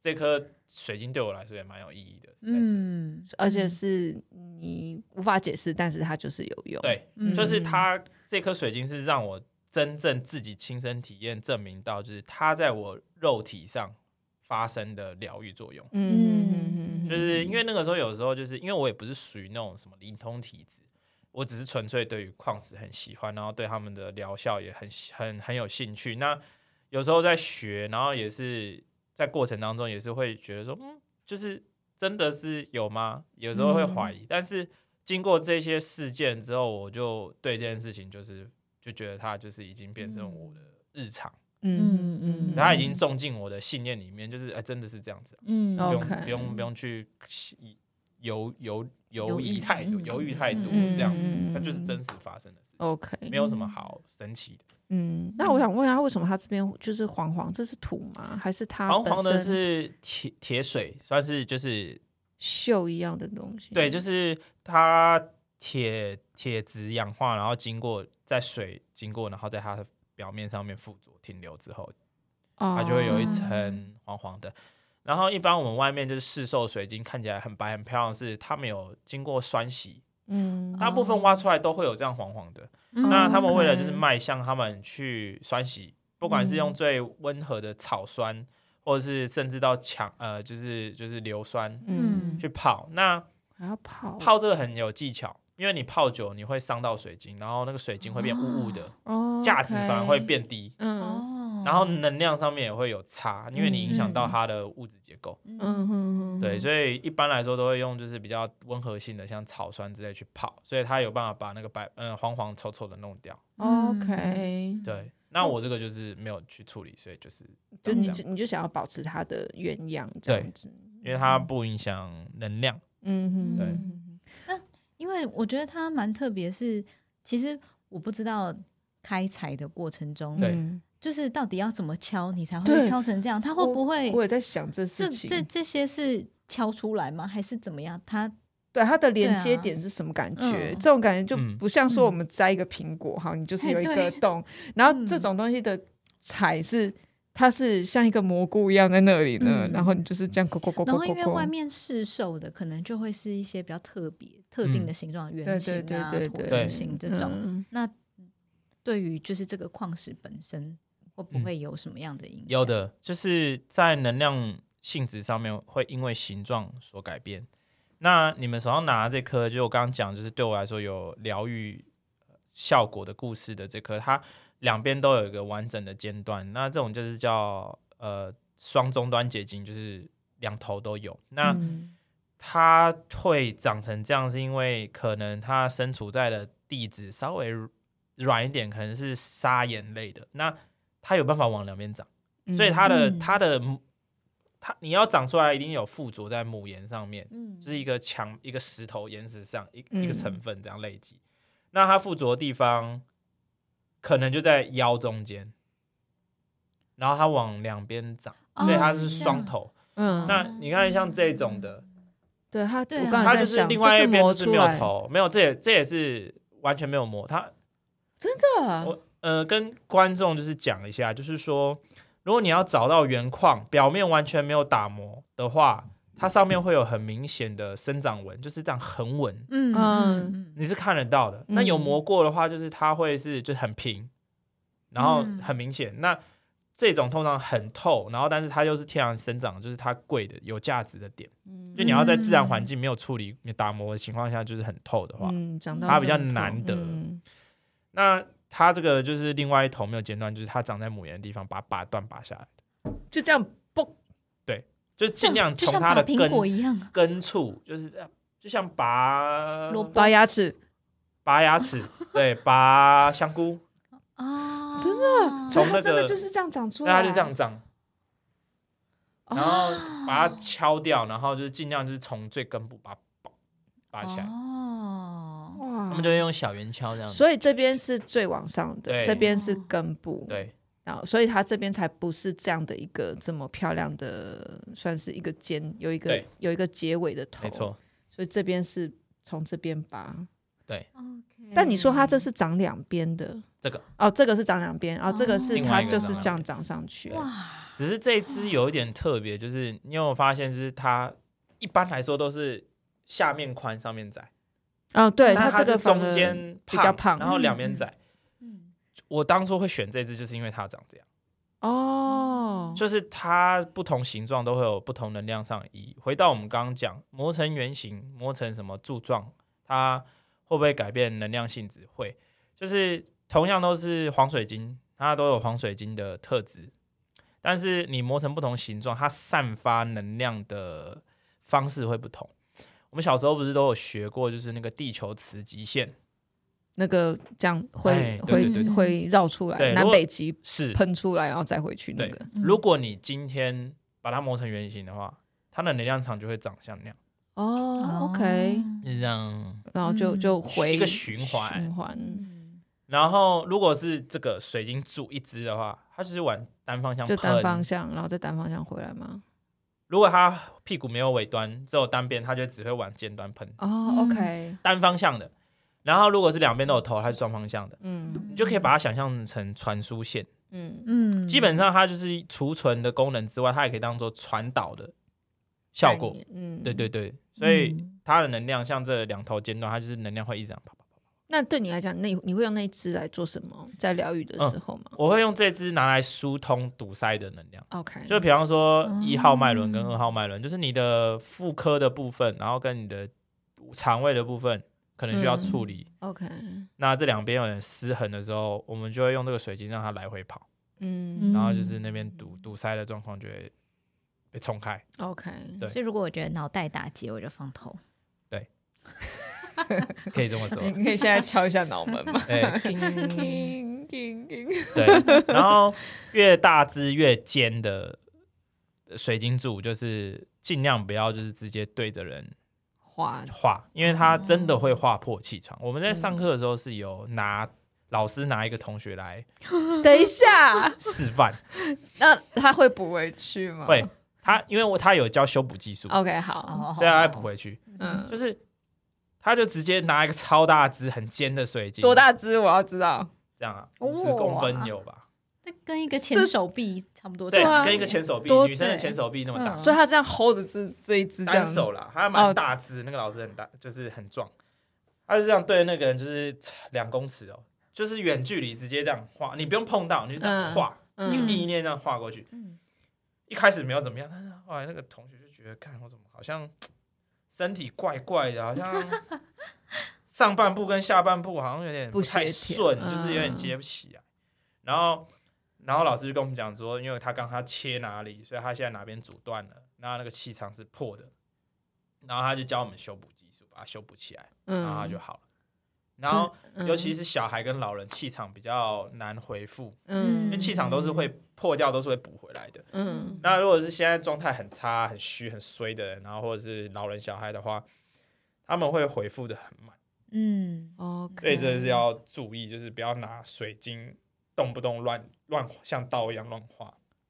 B: 这颗水晶对我来说也蛮有意义的。嗯，
C: 嗯，
A: 而且是你无法解释，但是它就是有用。，
B: 对，
C: 嗯
B: 就是它这颗水晶是让我真正自己亲身体验证明到，就是它在我肉体上发生的疗愈作用。
A: 嗯，
B: 就是因为那个时候有时候就是因为我也不是属于那种什么灵通体质，我只是纯粹对于矿石很喜欢，然后对他们的疗效也很很很有兴趣。那有时候在学，然后也是在过程当中也是会觉得说，嗯，就是真的是有吗？有时候会怀疑，但是。经过这些事件之后，我就对这件事情就是就觉得它就是已经变成我的日常，
A: 嗯
C: 嗯嗯
B: 它已经种进我的信念里面，就是哎、真的是这样子啊，
C: 嗯
B: 不用
A: OK
B: 不用不用去犹犹
C: 犹
B: 犹
C: 豫
B: 疑太多
C: 嗯
B: 犹豫太多
A: 嗯
B: 这样子
A: 嗯，
B: 它就是
A: 嗯
B: 真实发生的事情，
A: OK，
B: 没有什么好神奇的。
A: 嗯，那我想问一下，为什么它这边就是黄黄？这是土吗？还是它
B: 黄黄的
A: 本身
B: 是铁铁水，算是就是
A: 锈一样的东西？
B: 对，就是它铁铁质氧化，然后经过在水经过，然后在它的表面上面附着停留之后，它
A: 它
B: 就会有一
C: 哦
B: 层黄黄的。然后一般我们外面就是市售水晶看起来很白很漂亮，是它们有经过酸洗，
A: 嗯
B: 大部分挖出来都会有这样黄黄的。
C: 嗯
B: 那他们为了就是
A: 哦 OK 嗯
B: 卖向他们去酸洗，不管是用最温和的草酸，或者是甚至到强呃就是就是硫酸
A: 嗯
B: 去泡。那
A: 还要泡
B: 泡这个很有技巧，因为你泡久你会伤到水晶，然后那个水晶会变雾雾的，
A: 哦
B: 价值反而会
A: OK
B: 变低，
A: 嗯
C: 哦
B: 然后能量上面也会有差，因为你影响到它的物质结构。
A: 嗯嗯嗯，
B: 对，所以一般来说都会用就是比较温和性的，像草酸之类去泡，所以它有办法把那个白嗯、黄黄丑丑的弄掉。
A: 嗯 OK，
B: 对，那我这个就是没有去处理，所以就是
A: 就
B: 长
A: 你
B: 这
A: 就
B: 样，
A: 你就想要保持它的原样这样
B: 对
A: 子，
B: 因为它不影响能量。
A: 嗯哼，
C: 对
A: 嗯
C: 因为我觉得它蛮特别是，其实我不知道开采的过程中，
B: 对
A: 嗯
C: 就是到底要怎么敲你才
A: 对
C: 会敲成这样，它会不会
A: 我也在想这
C: 这
A: 事情，
C: 这这些是敲出来吗？还是怎么样？它
A: 对它的连
C: 对啊
A: 接点是什么感觉？
C: 嗯
A: 这种感觉就
B: 嗯
A: 不像说
C: 嗯
A: 我们摘一个苹果，好，你就是
C: 哎
A: 有一个
C: 对
A: 洞，然后
C: 嗯
A: 这种东西的采是。它是像一个蘑菇一样在那里呢，
C: 嗯
A: 然后你就是这样抠抠抠
C: 然
A: 抠
C: 后因
A: 抠
C: 为
A: 抠
C: 外，面市售的可能就会是一些比较特别、特定的形
A: 嗯
C: 状，
A: 对
C: 圆形
A: 对对
C: 啊、
A: 对
C: 椭
A: 对，
C: 圆形这种。
A: 嗯
C: 那对于就是这个矿石本身，会
A: 嗯
C: 不会有什么样的影响？
B: 有，的就是在能量性质上面会因为形状所改变。那你们手上拿的这颗，就我刚刚讲，就是对我来说有疗愈呃效果的故事的这颗，它两边都有一个完整的尖端。那这种就是叫呃双终端结晶，就是两头都有。那、
A: 嗯
B: 它会长成这样，是因为可能它身处在的地质稍微软一点，可能是砂岩类的，那它有办法往两边长，所以它的、
C: 嗯
B: 它的它你要长出来，一定有附着在母岩上面，
C: 嗯
B: 就是一个墙一个石头岩石上一
A: 嗯
B: 一个成分这样累积。那它附着的地方可能就在腰中间，然后它往两边长，
C: 哦
B: 所以它是
C: 这
B: 双
C: 样哦
B: 头。
A: 嗯，
B: 那你看像这种的。
A: 对它，
C: 对
A: 我
C: 啊
A: 刚才
B: 它嗯
A: 在
B: 就是
A: 想，
B: 另
A: 这
B: 外一
A: 是
B: 边
A: 磨
B: 就是
A: 出
B: 没有
A: 来，
B: 头，没有，这也这也是完全没有磨。它
A: 真的
B: 我呃，跟观众就是讲一下，就是说，如果你要找到原矿，表面完全没有打磨的话，它上面会有很明显的生长纹，就是这样横纹，
C: 嗯
A: 嗯
C: 嗯
B: 你是看得到的。那有
A: 嗯
B: 磨过的话，就是它会是就很平，然后
C: 嗯
B: 很明显。那这种通常很透，然后但是它又是天然生长，就是它贵的有价值的点。
A: 嗯
B: 就你要在自然环境没有处理、没有打磨的情况下，就是很透的话，
A: 嗯，长到
B: 它
A: 这
B: 比较
A: 么头
B: 难得
A: 嗯
B: 那它这个就是另外一头没有剪断，就是它长在母岩的地方，把把断拔下来，
A: 就这样嘣，
B: 就是尽量
C: 就
B: 从
C: 像
B: 它
C: 拔
B: 的
C: 苹
B: 根
C: 果一样，
B: 根处，就是这样就像拔
C: 萝卜
A: 拔牙齿，
B: 拔牙齿，对，拔香 菇，
C: 啊，
A: 真的，所
B: 哦
A: 以
B: 从
A: 它
B: 那
A: 真的
B: 个
A: 就是这样长出
B: 那
A: 来，
B: 它就这样长，
A: 哦，
B: 然后把它敲掉，然后就是尽量就是从最根部把它拔拔起来，
C: 哦，
A: 哇，
B: 他们就会用小圆锹这样子，
A: 所以这边是最往上的，
B: 对
A: 这边是根部，，
B: 对，
A: 然后所以它这边才不是这样的一个这么漂亮的，算是一个尖，有一个
B: 对
A: 有一个结尾的头，
B: 没，错，
A: 所以这边是从这边拔，
C: OK
A: 但你说它这是长两边的，
B: 这个
A: 哦，这个是长两边，哦，这个是
B: 另
A: 它
B: 外一个
A: 就是
B: 长
A: 这样长上去，
C: 哇，
B: 只是这一只有一点特别，就是你有没有发现，就是它一般来说都是下面宽上面窄，
A: 哦，对，
B: 但
A: 这
B: 是
A: 个
B: 中
A: 反而
B: 间
A: 比较胖嗯
B: 然后两边窄。
C: 嗯
B: 我当初会选这只，就是因为它长这样，
A: 哦，
B: 嗯就是它不同形状都会有不同能量上的意义。回到我们刚刚讲，磨成圆形，磨成什么柱状，它会不会改变能量性质？会，就是同样都是黄水晶，它都有黄水晶的特质，但是你磨成不同形状，它散发能量的方式会不同。我们小时候不是都有学过，就是那个地球磁极限
A: 那个这样
B: 哎
A: 会
B: 对
A: 会
B: 对对
C: 对
A: 会绕出来
B: 对，
A: 南
B: 如果
A: 北极
B: 是
A: 喷出来，然后再回去那
B: 对
A: 个。
C: 嗯
B: 如果你今天把它磨成圆形的话，它的能量场就会长像那样，
A: 哦，OK，
B: 就是这样。
A: 然后就
C: 嗯
A: 就
B: 循
A: 回
B: 一个循环
A: 循环
C: 嗯
B: 然后如果是这个水晶柱一只的话，它就是往单方向
A: 就
B: 喷。
A: 单方向，然后再单方向回来吗？
B: 如果它屁股没有尾端，只有单边，它就只会往尖端喷，
A: 哦
C: 嗯
A: ，OK，
B: 单方向的。然后如果是两边都有头，它是双方向的，
A: 嗯
B: 你就可以把它想象成传输线。
A: 嗯
C: 嗯，
B: 基本上它就是储存的功能之外，它也可以当做传导的效果。
A: 嗯，
B: 对对。对，所以
C: 嗯
B: 它的能量像这两头尖端，它就是能量会一直这样跑跑跑。
A: 那对你来讲，那你会用那一支来做什么？在疗愈的时
B: 嗯
A: 候吗
B: 我会用这只拿来疏通堵塞的能量。
A: ？OK，
B: 就比方说
C: 哦
B: 一号脉轮跟二号脉轮，就是你的妇科的部分，然后跟你的肠胃的部分可能需要处理。
A: OK，
B: 那这两边有点失衡的时候，我们就会用这个水晶让它来回跑，
A: 嗯
B: 然后就是那边堵堵塞的状况就会被冲开。
A: ，OK，
B: 对
C: 所以如果我觉得脑袋打结，我就放头。
B: 可以这么 说，
A: 你可以现在敲一下脑门 吗？
B: 哎，
A: 叮 叮叮
B: 对。然后越大只越尖的水晶柱，就是尽量不要就是直接对着人
A: 画
B: 画，因为
A: 哦
B: 它真的会划破气场。我们在
A: 嗯
B: 上课的时候是有拿老师拿一个同学 来
A: 等一下，
B: 示范，
A: 那他会补回去吗？
B: 会他因为我他有教修补技术，
A: OK，好，
C: 嗯
B: 所以他会补回去，
A: 嗯
B: 就，是他就直接拿一个超大只很尖的水晶，
A: 多？大只我要知道。
B: 这样啊，
C: 哇
B: 五十公分有吧？
C: 这跟一个前手臂差不多
B: 对
A: 对啊
C: 大，
B: 跟一个前手臂，
A: 多
B: 女生的
A: 对
B: 前手臂那么大
C: 嗯，
A: 所以他这样 hold 着这这一只这样
B: 单，手啦，他
A: 哦
B: 蛮大只，那个老师很大，就是很壮，他就这样对着那个人就是两公尺哦，就是远距离直接这样画，你不用碰到，你就这样
A: 嗯
B: 画。一个
A: 嗯，
B: 意念这样划过去。
C: 嗯
B: 一开始没有怎么样，但是后来那个同学就觉得，看我怎么好像身体怪怪的，好像 上半部跟下半部好像有点
A: 不
B: 太
A: 协调
B: 顺，
A: 嗯
B: 就是有点接不起来。然后，然后老师就跟我们讲说，因为他刚刚切哪里，所以他现在哪边阻断了，然后那个气场是破的，然后他就教我们修补技术，把它修补起来，
A: 嗯
B: 然后他啊就好了。然后，尤其是小孩跟老人气场比较难恢复，因
A: 嗯
B: 为气场都是会破掉，都是会补回来的。
A: 嗯
B: 那如果是现在状态很差、很虚、很衰的人，然后或者是老人、小孩的话，他们会回复的很慢，
C: 嗯，
A: ，OK，
B: 所以这是要注意，就是不要拿水晶动不动乱乱像刀一样乱画，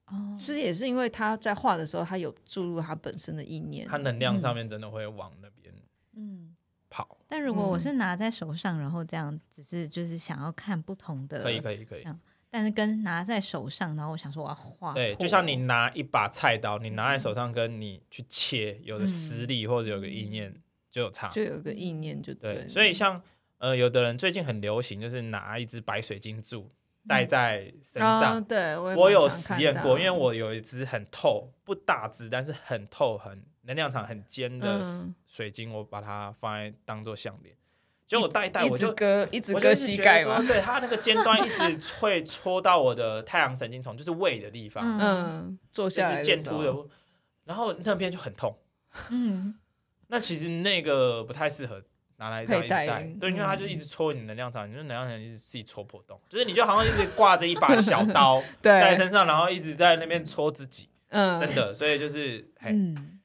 C: 哦，
A: 是也是因为他在画的时候，他有注入他本身的意念，
B: 它能量上面真的会往那边
C: 嗯。
B: 跑。
C: 但如果我
A: 嗯
C: 是拿在手上，然后这样，只是就是想要看不同的，
B: 可以，可以，可以。
C: 但是跟拿在手上，然后我想说我要画破，
B: 对，就像你拿一把菜刀，你拿在手上，跟你去切，有的
C: 嗯
B: 实力或者有个意念就有差。
A: 就有个意念就
B: 对，
A: 了
B: 所以像呃，有的人最近很流行，就是拿一支白水晶柱戴在身上。
A: 啊，对我也
B: 我
A: 蛮
B: 有
A: 常
B: 实
A: 看啊
B: 验过，
A: 到
B: 因为我有一支很透，不大支，但是很透、很能量场很尖的
A: 嗯
B: 水晶，我把它放在当做项链。结果我戴一戴，
A: 一
B: 我
A: 直
B: 就
A: 割一直
B: 我就
A: 割
B: 一直
A: 膝
B: 觉
A: 盖
B: 得说，
A: 嘛，
B: 对它那个尖端一 直会戳到我的太阳神经丛，就是胃的地方，
C: 嗯
A: 嗯，坐
B: 就
A: 下来
B: 是
A: 的
B: 剑
A: 时
B: 突
A: 候
B: 的，然后那边就很痛。
C: 嗯，
B: 那其实那个不太适合拿来这样一直戴
A: 佩戴，
B: 对，因为它就
A: 嗯
B: 一直戳你能量场，你就能量场一直自己戳破洞，就是你就好像一直挂着一把小刀在
A: 对，
B: 身上，然后一直在那边戳自己，
A: 嗯，
B: 真的，所以就是嘿，
C: 嗯，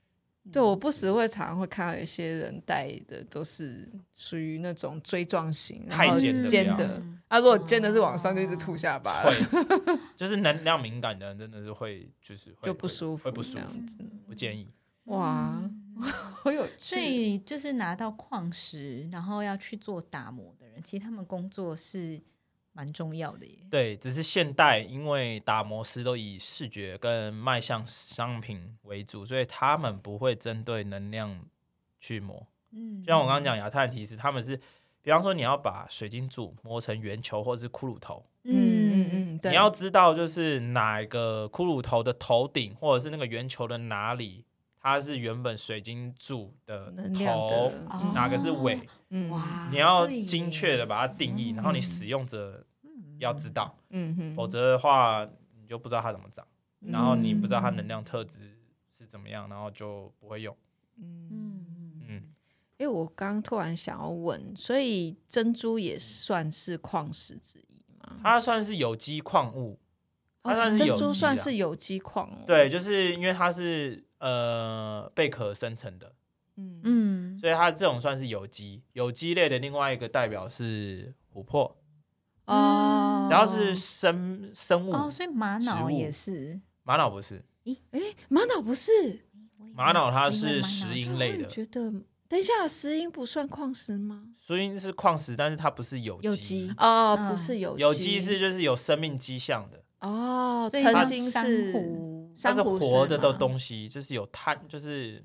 A: 对，我不时会常常会看到有些人戴的都是属于那种锥状型，然
B: 太
A: 后
B: 尖的不
A: 尖
B: 要
A: 嗯的，
C: 嗯
A: 啊，如果尖的是往上就一直吐下巴了，
B: 哦会就是能量敏感的人真的是会就是会
A: 就不舒服，
B: 会不舒
A: 这
B: 服，
A: 样子。
B: 不建议。
A: 哇， 好有
C: 嗯所
A: 趣，
C: 以就是拿到矿石，然后要去做打磨的人，其实他们工作是蛮重要的耶。
B: 对，只是现代因为打磨师都以视觉跟卖向商品为主，所以他们不会针对能量去磨。
C: 嗯，
B: 就像我刚刚讲亚特兰提斯，他们是，比方说你要把水晶柱磨成圆球或者是骷髅头，
A: 嗯嗯
C: 嗯，
A: 嗯，对，
B: 你要知道就是哪一个骷髅头的头顶或者是那个圆球的哪里，它是原本水晶柱的
A: 能量
B: 头
A: 的，
C: 哦
B: 哪个是尾，
A: 嗯，
C: 哇，
B: 你要
C: 对耶
B: 精确的把它定义，
C: 嗯
B: 然后你使用者要知道，
A: 嗯哼，嗯
B: 否则的话你就不知道它怎么长，然后你不知道它能
C: 嗯
B: 量特质是怎么样，然后就不会用。
A: 嗯，
C: 嗯嗯
B: 嗯，
A: 哎，我刚刚突然想要问，所以珍珠也算是矿石之一吗？
B: 它算是有机矿物，它算是
A: 嗯哦珍
B: 有
A: 珠
B: 机
A: 算
B: 啦
A: 是有机矿哦。
B: 对，，就是因为它是呃贝壳生成的，
A: 嗯嗯，
C: 嗯，
B: 所以它这种算是有机。有机类的另外一个代表是琥珀，
A: 哦，
B: 只要是生生物，
C: 哦，所以玛瑙
B: 植物
C: 也是，
B: 玛瑙不是，
A: 哎，玛瑙不是
B: 玛瑙它
C: 因为
B: 是
C: 玛瑙
B: 石英类
A: 我也
B: 的，
A: 觉得等一下，石英不算矿石吗？
B: 石英是矿石，但是它不是有
C: 有
B: 机
C: 机，
A: 哦，
C: 嗯
A: 不是有
B: 有机是就是有生命迹象的，
A: 哦，
C: 所以
A: 曾
C: 像
A: 经
C: 珊
A: 是
C: 瑚
B: 它
A: 珊
B: 是
A: 瑚石
B: 活的的
A: 吗
B: 东西，就是有碳，就是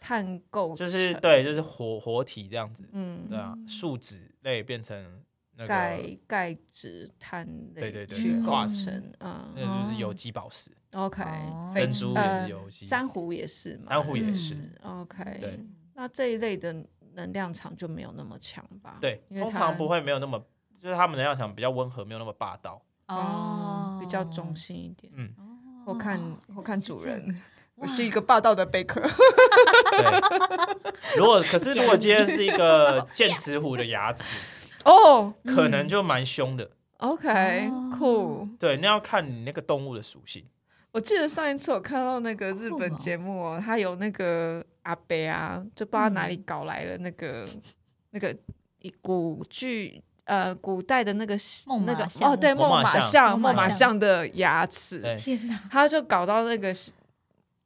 A: 碳构
B: 就是
A: 成
B: 对，就是活活体这样子，对
A: 嗯，
B: 啊，树脂类变成那个，
A: 钙钙质碳类
B: 对对对
A: 去
C: 对
A: 构
C: 化石
A: 成，嗯
B: 那就是有机宝石，
A: ，OK，
C: 哦
A: 非
B: 珍珠也
A: 呃
B: 是有机，
A: 珊瑚也是嘛，
B: 珊瑚
C: 也
A: 嗯
B: 是对
A: ，OK，那这一类的能量场就没有那么强吧？
B: 对，
A: 因为
B: 通
A: 它
B: 常不会没有那么，就是他们能量场比较温和，没有那么霸道。
A: 哦，比较中。性一点。
B: 嗯，
A: 我看我看
C: 哦是
A: 主
C: 这样
A: 人，我是一个霸道的贝壳。
B: 对。如果可是如果今天是一 个剑齿虎的牙齿，
A: 哦
B: 可能就蛮凶的。
A: ，OK，
C: 哦
A: 酷。
B: 对，那要看你那个动物的属性。
A: 我记得上一次我看到那个日本节目哦，他有那个阿贝啊，就不知道哪里搞来了那个、那个一古巨呃古代的那个
C: 孟
A: 那
C: 马
A: 个
C: 象
A: 哦对
B: 孟马
A: 马
B: 象
A: 象
C: 孟马
A: 孟马
C: 象
A: 象的牙齿，
B: 对，
C: 天哪，
A: 他就搞到那个是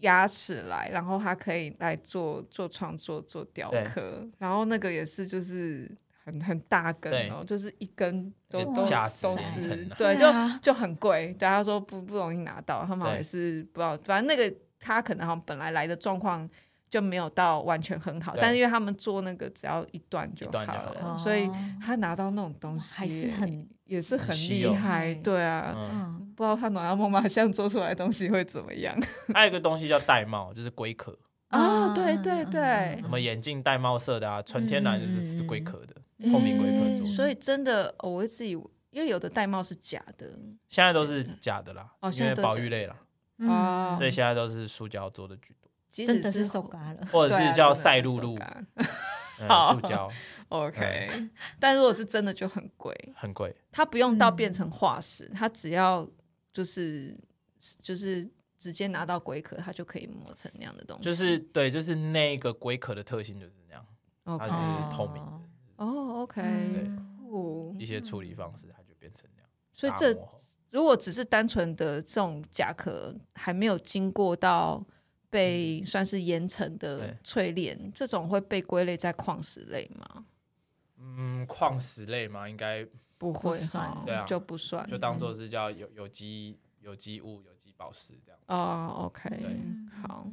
A: 牙齿来，然后他可以来做做创作、做雕
B: 对
A: 刻，然后那个也是就是很很大根哦，就是一根都
B: 那个
A: 都
B: 价值
A: 都
B: 连
A: 是
B: 城啊
A: 对，
C: 对
A: 就
C: 啊
A: 就很贵，大家说不不容易拿到，他们好像
B: 对
A: 也是不知道，反正那个他可能好像本来来的状况。就没有到完全很好，
B: 对
A: 但是因为他们做那个只要一段
B: 一
A: 就好
B: 段就好
A: 了，
C: 了
A: 所以
C: 哦
A: 他拿到那种东西
C: 还是很
A: 也是很
B: 很稀
A: 厉
B: 有
A: 害，
C: 嗯
A: 对啊，
B: 嗯，
C: 嗯
A: 不知道他拿到梦马像做出来的东西会怎 么样
B: 还有一个东西叫玳瑁，就是龟壳，
A: 啊、
C: 嗯
A: 对对对
C: 嗯
B: 什么眼镜玳瑁色的啊，纯天然就是是龟壳的，透明龟壳做
A: 嗯
B: 的。
A: 所以真的，哦我一直以为，因为有的玳瑁是假的
B: 现在都是假的啦，
A: 哦
B: 因
A: 现在
B: 为
A: 都是
B: 保育类啦，
A: 啊
B: 所以现在都是塑胶做的居多，
A: 即
C: 嗯真
A: 使
C: 的是手
A: 手啊
C: 嘎了，
B: 或者是叫赛璐璐，嗯，
A: 好
B: 塑胶
A: OK，、但如 果是真的就很贵，
B: 很贵，
A: 它不用到
C: 嗯
A: 变成化石，它只要就是就是直接拿到龟壳，它就可以磨成那样的东西。
B: 就是对，就是那个龟壳的特性就是那样，它
A: OK
B: 是透明的，
A: 哦
B: 对
A: ，OK，酷。
C: 嗯
B: 一些处理方式它就变成那样。
A: 所以
B: 打
A: 这
B: 磨后
A: 如果只是单纯的这种甲壳还没有经过到被算是严惩的
B: 嗯对
A: 淬炼，这种会被归类在矿石类吗？
B: 嗯，矿石类嘛，应该
A: 不会
C: 不算
A: 哈，
B: 对啊
A: 就不算。嗯
B: 就当做是叫有有机有机物、有机宝石这样。
A: 哦，OK，
B: 对
A: 好，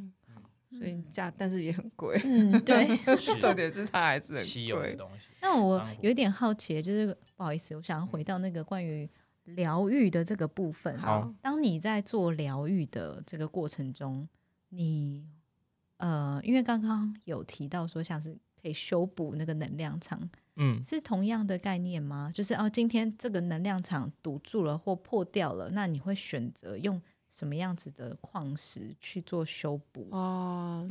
A: 所以价但是也很贵，
C: 嗯，对。
B: 是
A: 重点是它还是
B: 稀
A: 很
B: 有的
A: 贵。
B: 东西，
C: 那我
B: 珊瑚
C: 有点好奇，就是不好意思，我想要回到那个关于疗愈的这个部分。
B: 好，
C: 当你在做疗愈的这个过程中，你呃，因为刚刚有提到说像是可以修补那个能量场，
B: 嗯，
C: 是同样的概念吗？就是哦，今天这个能量场堵住了或破掉了，那你会选择用什么样子的矿石去做修补？
A: 哦，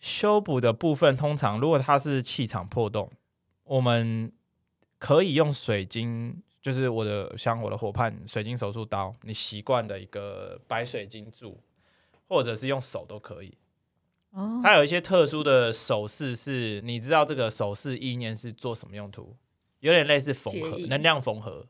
B: 修补的部分，通常如果它是气场破洞，我们可以用水晶，就是我的像我的伙伴水晶手术刀，你习惯的一个白水晶柱，或者是用手都可以。
C: 哦，
B: 它有一些特殊的手势是，你知道这个手势意念是做什么用途？有点类似缝合
A: 解意
B: 能量缝合，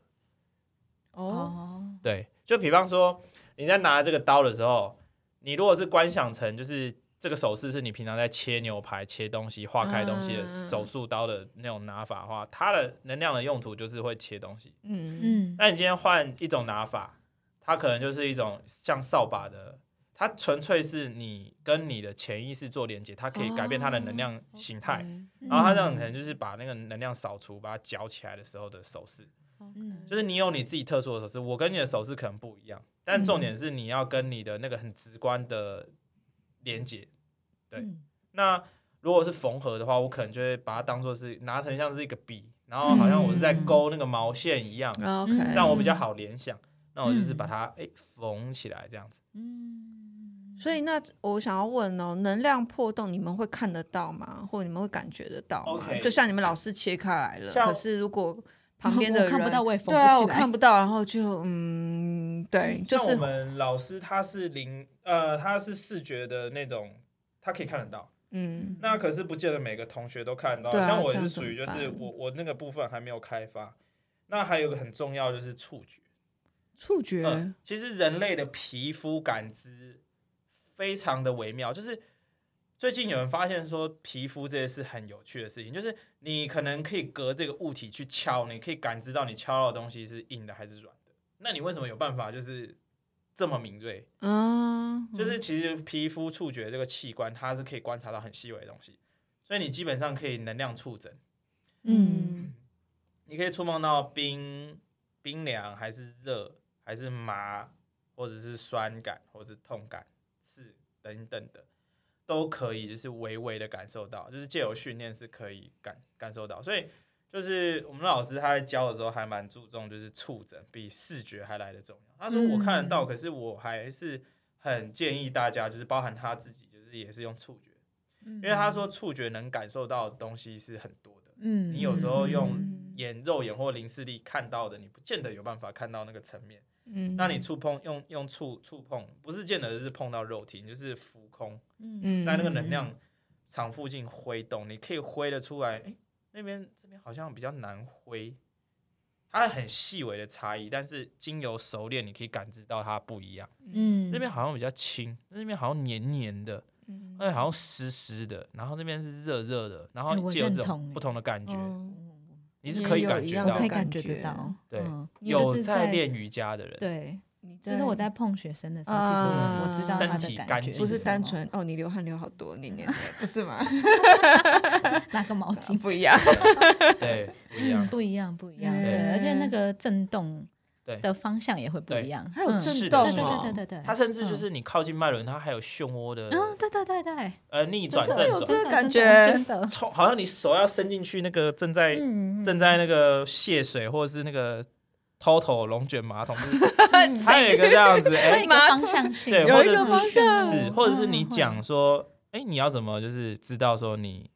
A: 哦，
C: 哦，
B: 对，就比方说你在拿这个刀的时候，你如果是观想成就是这个手势是你平常在切牛排、切东西、划开东西
A: 嗯
B: 的手术刀的那种拿法的话，它的能量的用途就是会切东西。
A: 嗯嗯，
C: 嗯，
B: 那你今天换一种拿法，它可能就是一种像扫把的。它纯粹是你跟你的潜意识做连接，它可以改变它的能
A: 哦
B: 量
C: 嗯
B: 形态。然后它这
A: 嗯
B: 样可能就是把那个能量扫除，把它搅起来的时候的手势，
A: OK，
C: 嗯
B: 就是你有你自己特殊的手势，我跟你的手势可能不一样，但重点是你要跟你的那个很直观的连接。对
C: 嗯
B: 那如果是缝合的话，我可能就会把它当做是拿成像是一个笔，然后好像我是
A: 嗯
B: 在勾那个毛线一样，
A: ，OK，
C: 嗯
A: 嗯
B: 这样我比较好联想。那我就是把它哎缝起来这样子，
C: 嗯，
A: 所以那我想要问哦，能量破洞你们会看得到吗？或你们会感觉得到吗
B: OK
A: 就像你们老师切开来了，
B: 像
A: 可是如果旁边的
C: 我
A: 人
C: 看不到，我也
A: 对
C: 缝不起来。
A: 啊，我看不到，然后就嗯，对，就
B: 像
A: 是
B: 我们老师他是零呃，他是视觉的那种，他可以看得到。
A: 嗯
B: 那可是不见得每个同学都看得到，
A: 对啊
B: 像我
A: 这样
B: 是
A: 怎
B: 属
A: 么
B: 于就是
A: 办
B: 我我那个部分还没有开发。那还有一个很重要就是触觉，
A: 触觉，
B: 嗯，其实人类的皮肤感知非常的微妙，就是最近有人发现说皮肤这些是很有趣的事情，就是你可能可以隔这个物体去敲，你可以感知到你敲到的东西是硬的还是软的。那你为什么有办法就是这么敏锐？
A: 嗯，
B: 就是其实皮肤触觉这个器官，它是可以观察到很细微的东西，所以你基本上可以能量触诊，
C: 嗯，
B: 你可以触碰到冰、冰凉还是热，还是麻，或者是酸感，或者是痛感、刺等等的，都可以，就是微微的感受到，就是借由训练是可以感感受到，所以。就是我们老师他在教的时候还蛮注重，就是触诊比视觉还来得重要。他说我看得到，可是我还是很建议大家，就是包含他自己，就是也是用触觉，
A: 嗯
C: 因
B: 因为他，说触觉能感受到的东西是很多的，
C: 嗯
B: 你有时候用
A: 嗯
B: 眼肉眼或零视力看到的，你不见得有办法看到那个层面。
A: 嗯
B: 那你触碰用用触触碰，不是见得是碰到肉体，你就是浮空，
C: 嗯
B: 在那个能量场附近挥动，你可以挥得出来。哎，那边这边好像比较难挥，它很细微的差异，但是经由熟练，你可以感知到它不一样。
C: 嗯
B: 那边好像比较轻，那边好像黏黏的，
A: 嗯
B: 哎那好像湿湿的，然后那边是热热的，然后
C: 哎我
B: 借由这
C: 认同
B: 种
C: 哎
B: 不同的感觉，
A: 嗯
B: 你是可以
A: 也有
B: 感
A: 一
B: 觉
A: 样
B: 到
A: 的
C: 可以
B: 的。
C: 感觉
A: 感
C: 得
A: 觉
C: 到，
B: 对
C: 嗯你就
B: 有
C: 是
B: 在练瑜伽的人，
C: 对，
A: 你
C: 就是我在碰学生的时候，其实我
A: 啊
C: 我知道他
B: 身
C: 的
B: 体
C: 感
B: 干
C: 觉
B: 净
A: 不
C: 是
A: 是
C: 什
A: 单
C: 么
A: 纯哦，你流汗流好多，你黏黏的，不是 吗？
C: 拿个毛巾，
A: 不一样，
B: 对，不一样。
C: 不一样，不一样，
A: 嗯
C: 对，而且那个震动
B: 对
C: 的方向也会不一样，
A: 还有
C: 嗯
A: 震
B: 是的
A: 动
C: 对
B: 是的
A: 哦
C: 对对，对对，
B: 啊它甚至就
C: 嗯
B: 是你靠近脉轮，它还有漩涡的
C: 嗯，对对对对，
B: 呃逆转
C: 真的
B: 正
A: 这
C: 有
B: 转，
A: 个
C: 真的
A: 感
C: 真的
A: 觉
C: 真的，
B: 冲好像你手要伸进去那个正在
C: 嗯，
B: 哎正在那个泄水或者是那个 TOTO 龙卷马桶，就是
C: 嗯
B: 它有一个这样子，
C: 会有
B: 哎
C: 一个方向性，
B: 对，
A: 有
B: 或
A: 一
B: 者
A: 个
B: 是
A: 方向
B: 是，或者
C: 嗯
B: 是你讲说，哎，你要怎么就是知道说你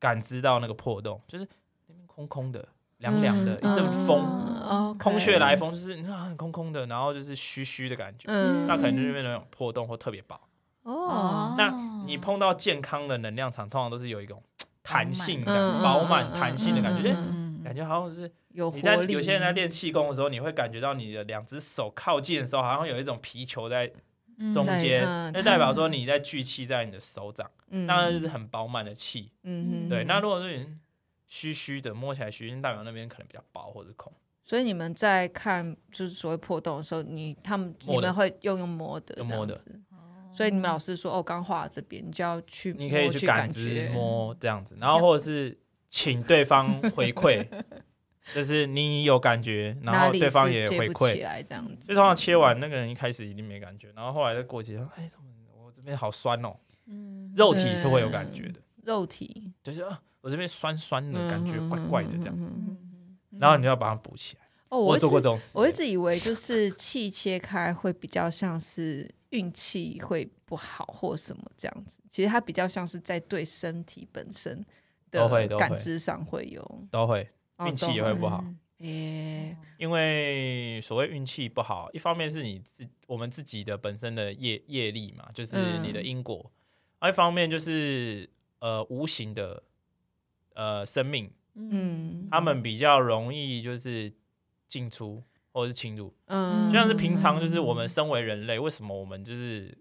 B: 感知到那个破洞，就是那边空空的、凉凉的，
A: 嗯
B: 一阵风，
A: 嗯
B: 空穴
A: OK
B: 来风，就是你看空空的，然后就是虚虚的感觉，
A: 嗯
B: 那可能就是那边那种破洞或特别薄。
A: 哦，
B: 那你碰到健康的能量场，通常都是有一种弹性
A: 嗯
B: 感、
A: 嗯
B: 饱满、
A: 嗯
B: 弹性的感觉，就是
C: 嗯
B: 感觉好像是
A: 有
B: 你在
A: 活力。
B: 有些人在练气功的时候，你会感觉到你的两只手靠近的时候，好像有一种皮球在
C: 嗯
B: 中
A: 在
B: 间
A: 嗯，
B: 那代表说你在聚气在你的手掌，
A: 嗯，
B: 当然就是很饱满的气。
A: 嗯哼
B: 对，那如果是你虚虚的，摸起来虚，那代表那边可能比较薄或者空。
A: 所以你们在看就是所谓破洞的时候，你他们你
B: 摸的
A: 们会用用摸的
B: 用
A: 这
B: 摸
A: 样
B: 的
A: 子。
C: 嗯
A: 所以你们老师说哦，刚画这边，你就要去
B: 你可以
A: 摸
B: 去
A: 去
B: 感知
A: 觉。嗯
B: 摸这样子，然后或者是请对方回 馈，就是你有感觉，然
A: 哪
B: 后
A: 里
B: 对方
A: 是
B: 也
A: 接
B: 回
A: 不嗯起
B: 馈。
A: 来这样子。
B: 就通常切完那个人一开始一定没感觉，然后后来再过几天，哎，怎么我这边好酸哦？
C: 嗯
B: 肉体是会有感觉的，
A: 肉体
B: 就是啊，我这边酸酸的感觉
A: 嗯，
B: 怪怪的这样。
A: 嗯嗯嗯嗯
C: 嗯
B: 然后你就要把它补起来。
A: 哦，
B: 我
A: 我
B: 有
A: 一直
B: 做过这种事，欸
A: 我一直以为就是气切开会比较像是运气会不好或什么这样子，其实它比较像是在对身体本身
B: 都会
A: 的
B: 都会
A: 感知上会有
B: 都会，
A: 哦
B: 运气
A: 都
B: 也会
A: 会
B: 不好，
A: 诶，
B: 因为所谓运气不好，一方面是你自我们自己的本身的业业力嘛，就是你的
A: 嗯
B: 因果；，而一方面就是呃无形的呃生命，
A: 嗯
B: 他们比较容易就是进出或者是侵入，
A: 嗯，
B: 就像是平常就是我们身为人类，为什么我们就是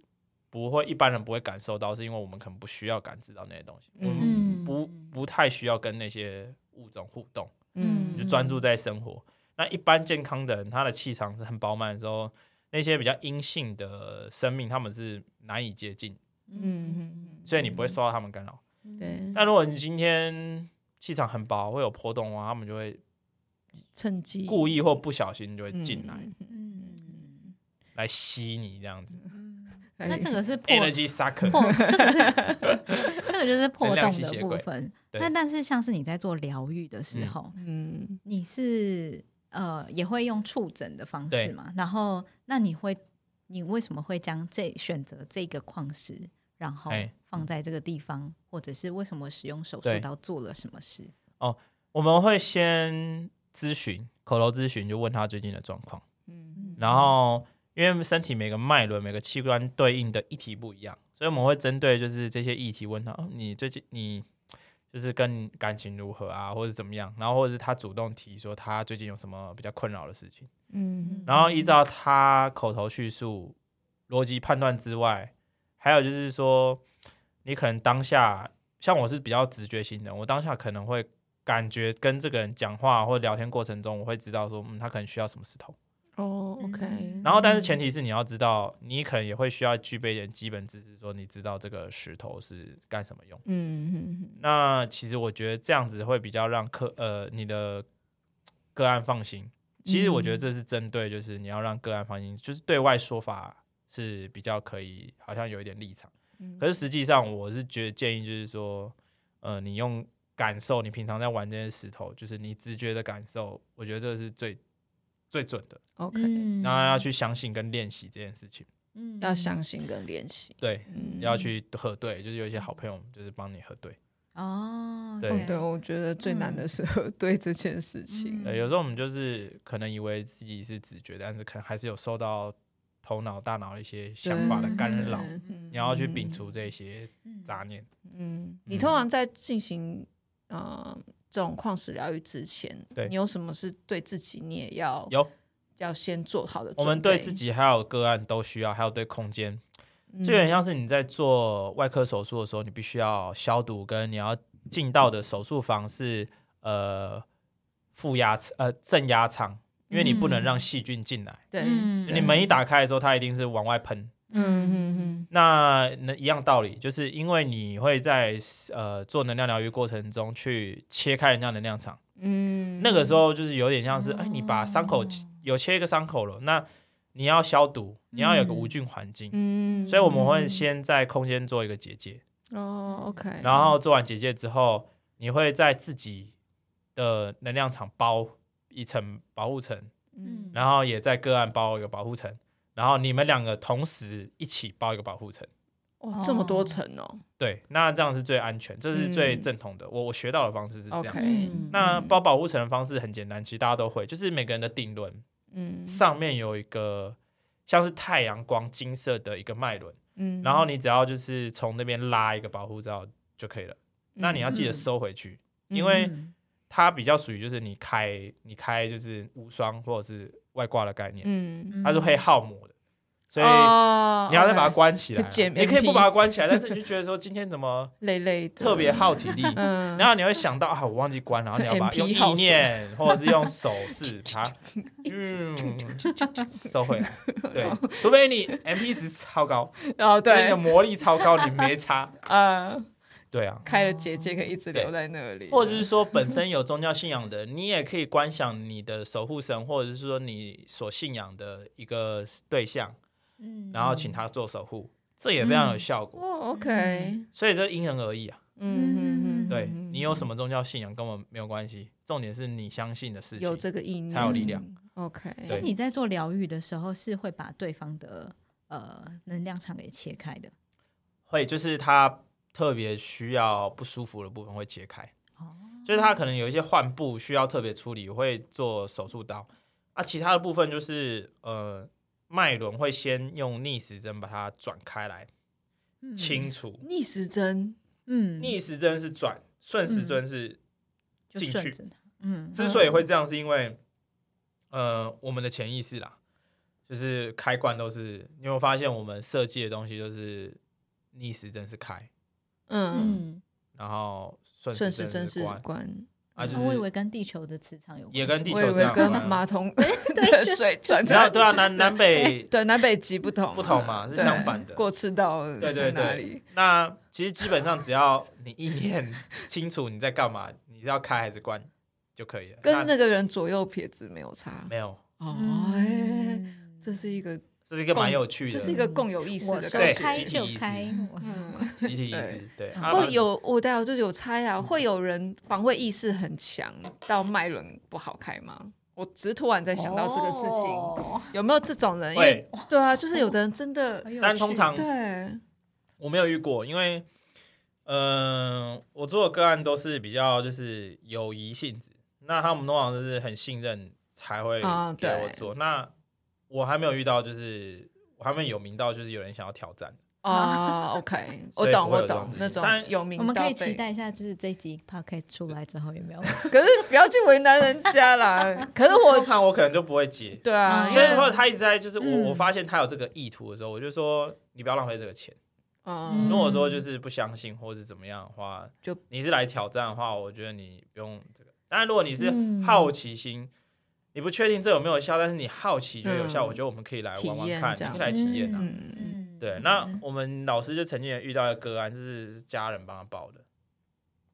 B: 不会一般人不会感受到，是因为我们可能不需要感知到那些东西，我们
C: 嗯
B: 不不太需要跟那些物种互动。
A: 嗯
B: 你就专注在生活。那一般健康的人，他的气场是很饱满的时候，那些比较阴性的生命，他们是难以接近，
A: 嗯
B: 所以你不会受到他们干扰。
C: 嗯
A: 对
B: 但如果你今天气场很薄，会有波动啊，他们就会
A: 趁机嗯
B: 故意或不小心就会进来、
C: 嗯
B: 来吸你这样子。
A: 嗯哎
C: 那这个是破
B: Energy sucker，
C: 破，这个是这个就是破洞的部分。
B: 对
C: 那但是像是你在做疗愈的时
B: 嗯
C: 候，
A: 嗯
C: 你是呃也会用触诊的方式
B: 对
C: 嘛？然后那你会你为什么会将这选择这个矿石，然后
B: 哎
C: 放在这个地方，或者是为什么使用手术
B: 对
C: 刀做了什么事？
B: 我们会先咨询口头咨询，就问他最近的状况，
A: 嗯
B: 然后因为身体每个脉轮、每个器官对应的议题不一样，所以我们会针对就是这些议题问他，哦、你最近你就是跟感情如何啊，或者怎么样，然后或者是他主动提说他最近有什么比较困扰的事情，
A: 嗯
B: 然后依照他口头叙述、逻辑判断之外，还有就是说，你可能当下，像我是比较直觉型的，我当下可能会感觉跟这个人讲话或聊天过程中，我会知道说，嗯，他可能需要什么石头。
A: 哦
C: 嗯
A: ，OK，
B: 然后，但是前提是你要知道，你可能也会需要具备一点基本知识，说你知道这个石头是干什么用。
A: 嗯嗯
B: 那其实我觉得这样子会比较让客呃你的个案放心。其实我觉得这是针对，就是你要让个案放心，就是对外说法是比较可以，好像有一点立场。
A: 嗯
B: 可是实际上，我是觉得建议就是说，呃，你用感受，你平常在玩这些石头，就是你直觉的感受，我觉得这是最最准的。
A: ，OK，
B: 然后要去相信跟练习这件事情，
C: 嗯
A: 要相信跟练习，
B: 对，
A: 嗯，
B: 要去核对，就是有一些好朋友就是帮你核对。
C: 哦，
B: 对
A: 嗯对，啊嗯我觉得最难的是核 对这件事情。
B: 对，
C: 嗯
B: 呃有时候我们就是可能以为自己是直觉，但是可能还是有受到头脑、大脑一些想法的干扰，
A: 对嗯
B: 你要去摒除这些杂念。
A: 嗯，你通常在进行呃这种矿石疗愈之前，
B: 对
A: 你有什么是对自己你也要
B: 有，
A: 要先做好嗯的准备？
B: 我们对自己还有个案都需要，还有对空间，
A: 嗯
B: 这有点像是你在做外科手术的时候，你必须要消毒，跟你要进到的手术房是呃负压呃正压舱，因为你不能让细菌进来。
A: 对，
C: 嗯
A: 嗯对
B: 你门一打开的时候，它一定是往外喷。
A: 嗯嗯
B: 那那一样道理，就是因为你会在呃做能量疗愈过程中去切开人家能量场，
A: 嗯，
B: 那个时候就是有点像是，哎，你把伤口
C: 哦
B: 有切一个伤口了，那你要消毒，你要有个无菌环境，
A: 嗯，
B: 所以我们会先在空间做一个结界，
A: 哦，OK，
B: 然后做完结界之后，你会在自己的能量场包一层保护层，
A: 嗯
B: 然后也在个案包一个保护层，然后你们两个同时一起包一个保护层。
A: 哇，这么多层哦
B: 对，那这样是最安全，这是最
A: 嗯
B: 正统的。我我学到的方式是这样。
A: ，OK，嗯
B: 那包保护层的方式很简单，其实大家都会，就是每个人的顶轮
A: 嗯
B: 上面有一个像是太阳光金色的一个脉轮，
A: 嗯，
B: 然后你只要就是从那边拉一个保护罩就可以了。那你
A: 嗯
B: 要记得收回去，因为它比较属于就是你开你开就是无双或者是外挂的概念，
A: 嗯，
B: 它是会耗膜的，所以
A: 哦
B: 你要再把它
A: OK，
B: 关起来啊。
A: 很简
B: 你可以不
A: MP
B: 把它关起来，但是你就觉得说今天怎么
A: 累累的
B: 特别耗体 力，
A: 嗯，
B: 然后你会想到啊，我忘记关，然后你要把 它
A: MP
B: 用意念或者是用手势把 它嗯收回来。对，除非你 MP 值超高，
A: 哦
B: 就是你
A: 对
B: 的，魔力超高，你没差。
A: 呃，
B: 对啊，
A: 开了结界可以一直
B: 对
A: 留在那里，
B: 或者是说本身有宗教信仰的，你也可以观想你的守护神，或者是说你所信仰的一个对象，然后请他做守护，这也非常有效果。
A: 哦，OK，
B: 所以这因人而异啊。
A: 嗯嗯嗯，
B: 对你有什么宗教信仰跟我没有关系，重点是你相信的事情
A: 有。这个意念
B: 才有力量。
A: OK，
B: 对
C: 你在做疗愈的时候，是会把对方的呃能量场给切开的。
B: 会，就是他特别需要不舒服的部分会切开，
C: 哦，
B: 就是他可能有一些患部需要特别处理，会做手术刀。啊，其他的部分就是呃，脉轮会先用逆时针把它转开来，清除。
A: 逆时针，
C: 嗯，
B: 逆时针是转，顺时针是
C: 就
B: 进
C: 顺
B: 去
C: 着它，嗯，
B: 之所以会这样，是因为呃，我们的潜意识啦，就是开关都是，你有没有发现我们设计的东西就是逆时针是开，
A: 嗯，
C: 嗯，
B: 然后顺
A: 顺
B: 时
A: 时
B: 针
A: 针
B: 是
A: 是
B: 关
A: 关，
B: 啊，就
C: 哦我以
B: 是
C: 为跟地球的磁场有关系，
B: 也跟地
A: 我
B: 球
A: 以
B: 是这
A: 为
B: 样
A: 跟
B: 关啊
A: 马 桶的水转
B: 然后
A: 转，
B: 对啊，南南北
A: 对南北极不同，
B: 不同嘛，是
A: 对
B: 相反的。
A: 过赤道
B: 对对
A: 哪
B: 对
A: 里？，
B: 那其实基本上只要你意念清楚你在干嘛，你是要开还是关就可以了。
A: 跟
B: 那
A: 那个人左右撇子没有差
B: 没有，
A: 哦，哎，
C: 嗯，
A: 这是一个
B: 这是一个蛮有趣
A: 这是一
B: 的
A: 个共有意识
C: 我
A: 的
C: 说
B: 嗯对
A: 感觉。
C: 开
B: 集体
C: 就
B: 意识
C: 开，我说
A: 嗯
B: 集体意识。对，啊
A: 会嗯有我待会就有猜啊，会有人防卫意识很强到脉轮不好开吗？我只是突然在想到这个事情，
C: 哦
A: 有没有这种人？因为
B: 会，
A: 对啊，就是有的人真的
C: 很有
B: 但通
C: 趣
B: 常
A: 对，啊
B: 我没有遇过，因为嗯、呃我做的个案都是比较就是友谊性质，那他们通常就是很信任才会
A: 啊
B: 给我
A: 对
B: 做。那我还没有遇到，就是我还没有名到，就是有人想要挑战。
A: 哦，OK，我
B: 所以
A: 懂，
B: 不会
A: 我
B: 有这种
A: 懂
B: 事情
A: 那种
B: 当然
A: 有名，
C: 我们可以期，待一下，就是这一集 p o c a s t 出来之后有没有？
A: 可是不要去为难人家 啦。可是
B: 通
A: 我，
B: 常我可能就不会接，
A: 对啊，因
C: 嗯
B: 所以
A: 为
B: 或者他一直在就是我、
C: 嗯
B: 我发现他有这个意图的时候，我就说你不要浪费这个钱。
A: 嗯
B: 如
C: 嗯
B: 果说就是不相信或是怎么样的话，
A: 就
B: 你是来挑战的话，我觉得你不用这个。当然，如果你是
C: 嗯
B: 好奇心，你不确定这有没有效，但是你好奇觉得有效，
A: 嗯
B: 我觉得我们可以来
A: 体
B: 玩玩
A: 验
B: 看，
A: 这
B: 你
A: 样
B: 可以来体验啊。
A: 嗯，
C: 嗯，
B: 对，那我们老师就曾经也遇到一个个案，就是家人帮他报的，
A: 嗯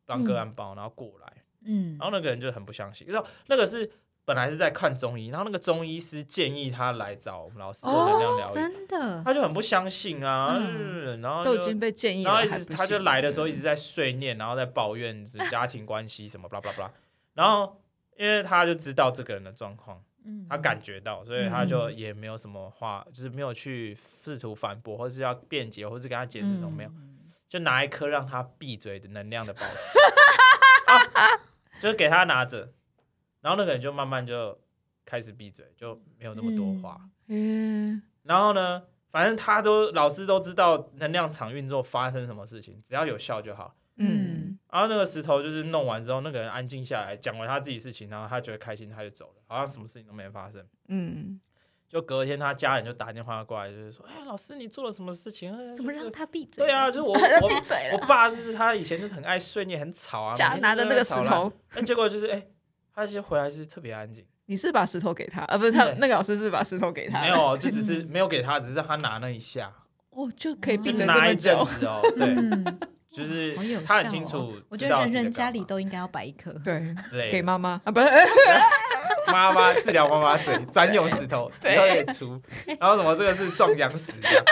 B: 帮个案报，然后过来，
C: 嗯
B: 然后那个人就很不相信，然后那个是本来是在看中医，然后那个中医师建议他来找我们老师做能量疗愈，
C: 哦真的
B: 他就很不相信啊，
C: 嗯
B: 然后
A: 都
B: 就
A: 已经被建议
B: 然
A: 了，
B: 后一
A: 还
B: 直
A: 不嗯
B: 他就
A: 行
B: 来的时候一直在碎念，然后在抱怨是家庭关系什么 blah blah blah，然后因为他就知道这个人的状况，
C: 嗯
B: 他感觉到，所以他就也没有什么话，就是没有去试图反驳，或是要辩解，或是跟他解释什么没有，
C: 嗯
B: 就拿一颗让他闭嘴的能量的宝 石，啊就给他拿着，然后那个人就慢慢就开始闭嘴，就没有那么多话。
A: 嗯
B: 然后呢，反正他都老师都知道能量场运作发生什么事情，只要有效就好。
A: 嗯
B: 然后那个石头就是弄完之后，那个人安静下来，讲完他自己事情，然后他觉得开心，他就走了，好像什么事情都没发生。
A: 嗯，
B: 就隔天，他家人就打电话过来，就是说：“哎，老师，你做了什么事情？哎
C: 怎么
B: 就是
C: 让他闭嘴？
B: 对啊，就是我
A: 闭
B: 我
A: 嘴
B: 我
A: 了，
B: 爸就是他以前就是很爱睡，念很吵啊，
A: 家
B: 每天
A: 拿着
B: 就
A: 那
B: 在
A: 个石
B: 吵啦。
A: 头，
B: 哎，结果就是哎，他先回来是特别安静，
A: 你是把石头给他，啊，不是他
B: 对
A: 那个老师是把石头给他，
B: 没，有，哦就只是没有给他，只是让他拿那一下，
A: 哦，就可以
B: 就
A: 闭嘴
B: 是
A: 这
B: 拿
A: 么
B: 一阵
A: 久，
B: 子哦，对。”
C: 嗯，
B: 就是
C: 好有
B: 他很
C: 效
B: 清
C: 哦
B: 楚知道自己在干嘛，
C: 我觉得人人家里都应该要摆一颗。
A: 对，
B: 之类
A: 给
B: 的
A: 妈妈啊，不是，
B: 哦妈妈治疗妈妈嘴，专用石头，
A: 对
B: 以后也出，然后什么这个是壮阳石这样，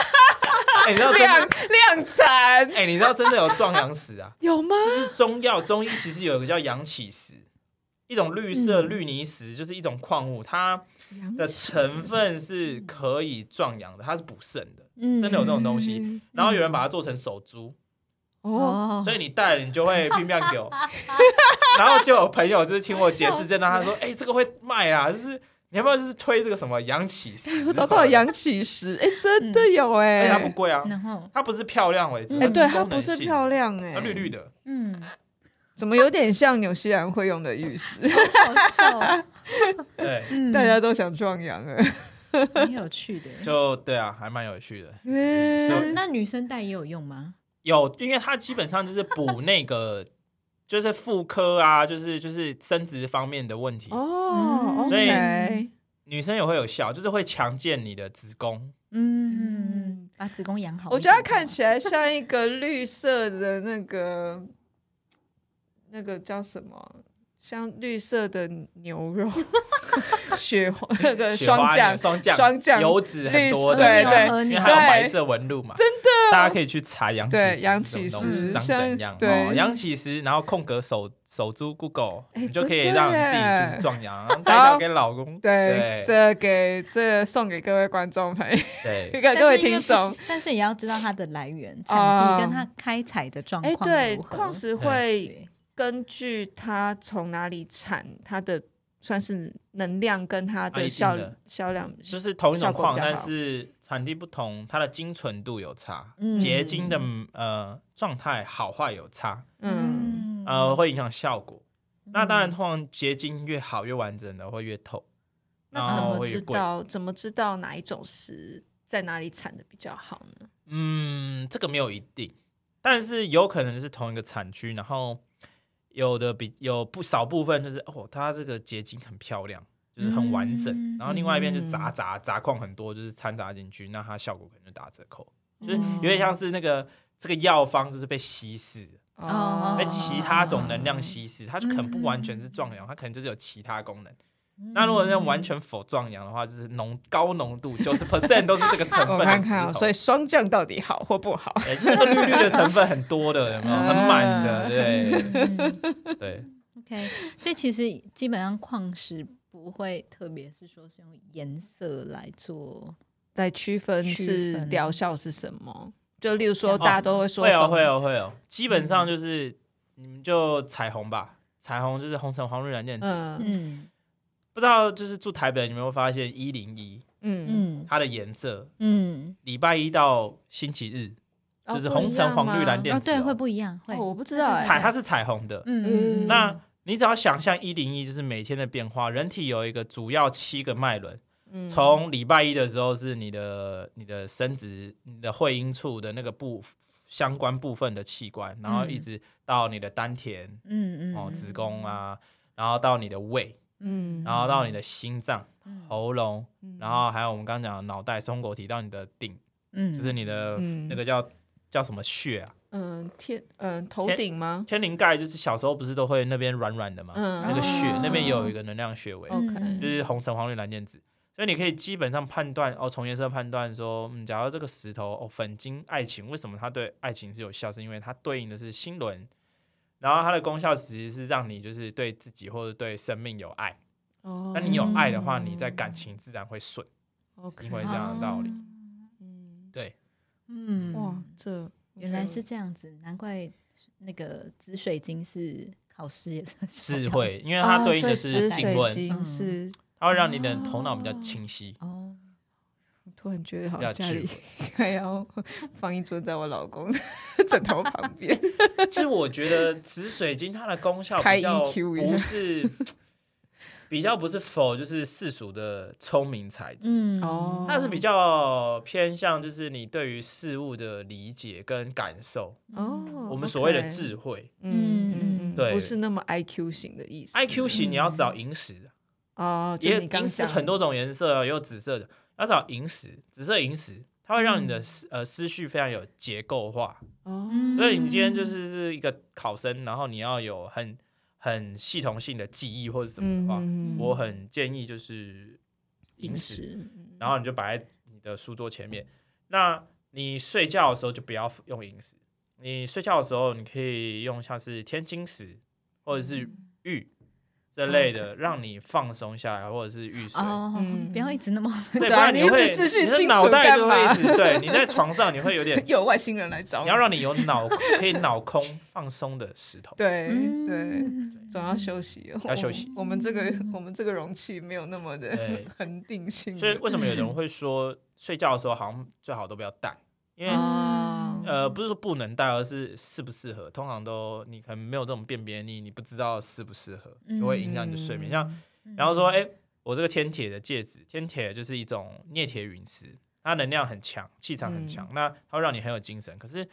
B: 哎，你知道真
A: 量
B: 的，
A: 量产
B: 哎，你知道真的有壮阳石啊？
A: 有吗？
B: 就是中药中医其实有一个叫阳起石，一种绿色绿泥石，就是一种矿物，它
A: 嗯
B: 的成分是可以壮阳的，它是补肾的，
C: 嗯
B: 真的有这种东西。
A: 嗯
B: 然后有人把它做成手珠，
A: 哦，
C: 哦
B: 所以你带了你就会拼命 给我。然后就有朋友就是听我解释这段， 他说：“哎、这个会卖啊，就是你要不要就是推这个什么洋起司？”
A: 哎我找到了，阳起石，哎，真的有
B: 嗯而
A: 哎
B: 且，它不贵啊，
C: 然后
B: 它不是漂亮为主，
A: 哎，对，它
B: 它功
A: 不
B: 能
A: 是
B: 性
A: 漂，亮哎，
B: 它绿绿的，
C: 嗯，
A: 怎么有点像纽西兰会用的玉石？
C: 好笑，哦
B: 对，啊
C: 嗯
A: 大家都想壮阳哎。
C: 很有趣的。
B: 就对啊，还蛮有趣的。
A: 嗯
B: 所
C: 那
B: 以
C: 那女生戴也有用吗？
B: 有，因为它基本上就是补那个，就是妇科啊，就是就是生殖方面的问题，
A: 哦
C: 嗯
B: 所以
A: ，OK，
B: 女生也会有效，就是会强健你的子宫。
C: 嗯，嗯把子宫养好一点吧。
A: 我觉得它看起来像一个绿色的那个那个叫什么？像绿色的牛肉， 雪花那个
B: 雪
A: 霜
B: 花
A: 降
B: 牛霜降、
A: 霜降
B: 油脂很多的，
A: 绿色对
C: 对
B: 因为
C: 对
B: 还有白色纹路嘛，真的，大家可以去查杨
A: 对
B: 启
A: 杨
B: 石
A: 启
B: 这种东西
A: 石
B: 长
A: 像
B: 怎样，
A: 对
B: 哦，杨启石，然后空格手手珠 Google，
A: 哎
B: 你就
A: 真
B: 可以
A: 的
B: 让自己就
A: 耶
B: 是壮 阳，然后带到给老公，
A: 对，
B: 对
A: 这给这送给各位观众朋友，
B: 对，
A: 给各位
C: 但是因为
A: 听众
C: 不。，但是也要知道它的来源、
A: 哦
C: 产地跟它开采的状
A: 哎，
C: 况如何。
A: 对，矿石会
C: 对
A: 根据它从哪里产，它的算是能量跟它
B: 啊一
A: 的
B: 定
A: 销
B: 的
A: 销量
B: 就是同一种
A: 效果
B: 矿，
A: 比较
B: 但
A: 好
B: 是产地不同，它的精纯度有差，
C: 嗯
B: 结晶的呃状态好坏有差，
A: 嗯，
B: 呃，会影响效果。那当然，
C: 嗯
B: 通常结晶越好越完整的会越透，
A: 那
B: 然
A: 怎
B: 后
A: 么
B: 会
A: 知
B: 越贵
A: 道怎么知道哪一种石在哪里产的比较好呢？
B: 嗯，这个没有一定，但是有可能是同一个产区，然后有的比有不少部分就是哦，它这个结晶很漂亮，就是很完整，
C: 嗯
B: 然后另外一边就是杂
A: 嗯
B: 杂杂矿很多，就是掺杂进去，那它效果可能就打折扣，
A: 哦
B: 就是有点像是那个这个药方就是被稀释，
C: 哦
B: 被哎其他种能量
A: 哦嗯
B: 稀释，它就可能不完全是壮阳，它可能就是有其他功能。
C: 嗯
B: 那如果要完全否壮阳的话，就是浓高浓度九十 percent 都是这个成分
A: 我
B: 的
A: 看
B: 石
A: 看啊，
B: 头
A: 所以霜降到底好或不好？
B: 哎，就是那个绿绿的成分很多的，有没有？很满
A: 呃
B: 的，对
C: 嗯
B: 对
C: OK，所以其实基本上矿石不会特别是说是用颜色来做，
A: 来区分
C: 区
A: 是
C: 分
A: 疗效是什么。就例如说，
C: 哦
A: 大家都会说
B: 会哦
A: 粉
B: 会哦会哦，基本
A: 嗯
B: 上就是、你们就彩虹吧，彩虹就是红橙黄绿蓝靛紫。
A: 嗯
C: 嗯
B: 不知道就是住台北，你们会发现一零一
A: 嗯
C: 嗯
B: 它的颜色，
C: 嗯，
B: 礼拜一到星期日
A: 哦
B: 就是
A: 不
B: 红
A: 一
B: 橙
A: 样
B: 黄绿
A: 吗
B: 蓝靛
C: 哦
B: 电子
C: 对，
B: 哦
C: 会不一样，会
A: 哦，，我不知道哎、
B: 彩它是彩虹的。
C: 嗯，
B: 那你只要想象一零一就是每天的变化，人体有一个主要七个脉轮，
A: 嗯
B: 从礼拜一的时候是你的你的生殖、你的会阴处的那个部相关部分的器官，然后一
A: 嗯
B: 直到你的丹田
C: 嗯嗯
B: 哦、子宫，啊，然后到你的胃，
A: 嗯
B: 然后到你的心脏、
C: 嗯
B: 喉咙，
A: 嗯
B: 然后还有我们刚刚讲的脑袋、松果体到你的顶，
C: 嗯，
B: 就是你的
A: 嗯
B: 那个叫叫什么穴啊？
A: 嗯天嗯头
B: 天
A: 顶吗？
B: 天灵盖就是小时候不是都会那边软软的吗？
A: 嗯
B: 那个穴
C: 哦
B: 那边也有一个能量穴位，
A: 哦 OK
B: 就
C: 嗯
B: 是红橙黄绿蓝靛紫，所以你可以基本上判断哦，从颜色判断说，嗯，假如这个石头哦，粉晶爱情，为什么它对爱情是有效？是因为它对应的是心轮，然后它的功效其实是让你就是对自己或者对生命有爱。
A: 哦
B: 那你有爱的话，你在感情自然会顺，是因为这样的道理。
A: 哦嗯
B: 对，
C: 哦嗯，
A: 哇，这
C: 原来是这样子，难怪那个紫水晶是考试也是
B: 智慧，因为
A: 啊
B: 它
A: 哦
B: 对应的是定
A: 水
B: 论，
A: 晶
C: 嗯
A: 是，
B: 它会让你的头脑比较清晰，
C: 哦，
A: 我突然觉得好
B: 比较
A: 像家
B: 智
A: 里
B: 慧。
A: 还要放一尊在我老公的 枕头旁 边。
B: 其实我觉得紫水晶它的功效
A: 哦开
B: 比较
A: EQ 一下
B: 不是 比较不是否就是世俗的聪明才智，
C: 嗯
A: 哦
B: 它是比较偏向就是你对于事物的理解跟感受，
A: 哦
B: 嗯我们所谓的
A: OK
B: 智慧。
A: 嗯嗯
C: 嗯
A: 嗯，
B: 对
A: 不是那么 I Q 型的意思。
B: I Q 型你要找萤石的，
A: 哦，嗯就
B: 也
A: 是你刚
B: 萤石
A: 讲
B: 很多种颜色，也有紫色的，要找萤石，紫色萤石。它会让你的
C: 嗯
B: 思呃思绪非常有结构化，
A: 哦，
C: 嗯
B: 所以你今天就是是一个考生，然后你要有很很系统性的记忆或者什么的话，
A: 嗯
B: 我很建议就是饮
A: 饮
B: 食，
A: 食，嗯
B: 然后你就摆在你的书桌前面。那你睡觉的时候就不要用饮食，你睡觉的时候你可以用像是天津石或者是
A: 嗯
B: 玉这类
A: 哦
B: 的，让你放松下来，或者是玉水。
C: 哦，
A: 嗯
C: 不要一直那么
B: 对，
A: 对
B: 不
A: 啊
B: 然
A: 你一
B: 会
A: 直思绪
B: 你的
A: 清
B: 脑
A: 楚
B: 袋
A: 干
B: 就会一
A: 嘛，
B: 直对你在床上你会有点
A: 有外星人来找
B: 你要让你有脑可以脑空放松的石头。
A: 对对，
C: 嗯
A: 总要休息哦，
B: 要休息
A: 我。我们这个我们这个容器没有那么的
B: 对
A: 恒定性，
B: 所以为什么有
A: 嗯
B: 人会说睡觉的时候好像最好都不要带，
C: 嗯
B: 因为
A: 哦
B: 呃，不是说不能带，而是适不适合。通常都你可能没有这种辨别力，你不知道适不适合，就会影响你的睡眠。
A: 嗯
B: 像然后说，哎、我这个天铁的戒指，天铁就是一种镍铁陨石，它能量很强，气场很
A: 嗯
B: 强，那它会让你很有精神。可是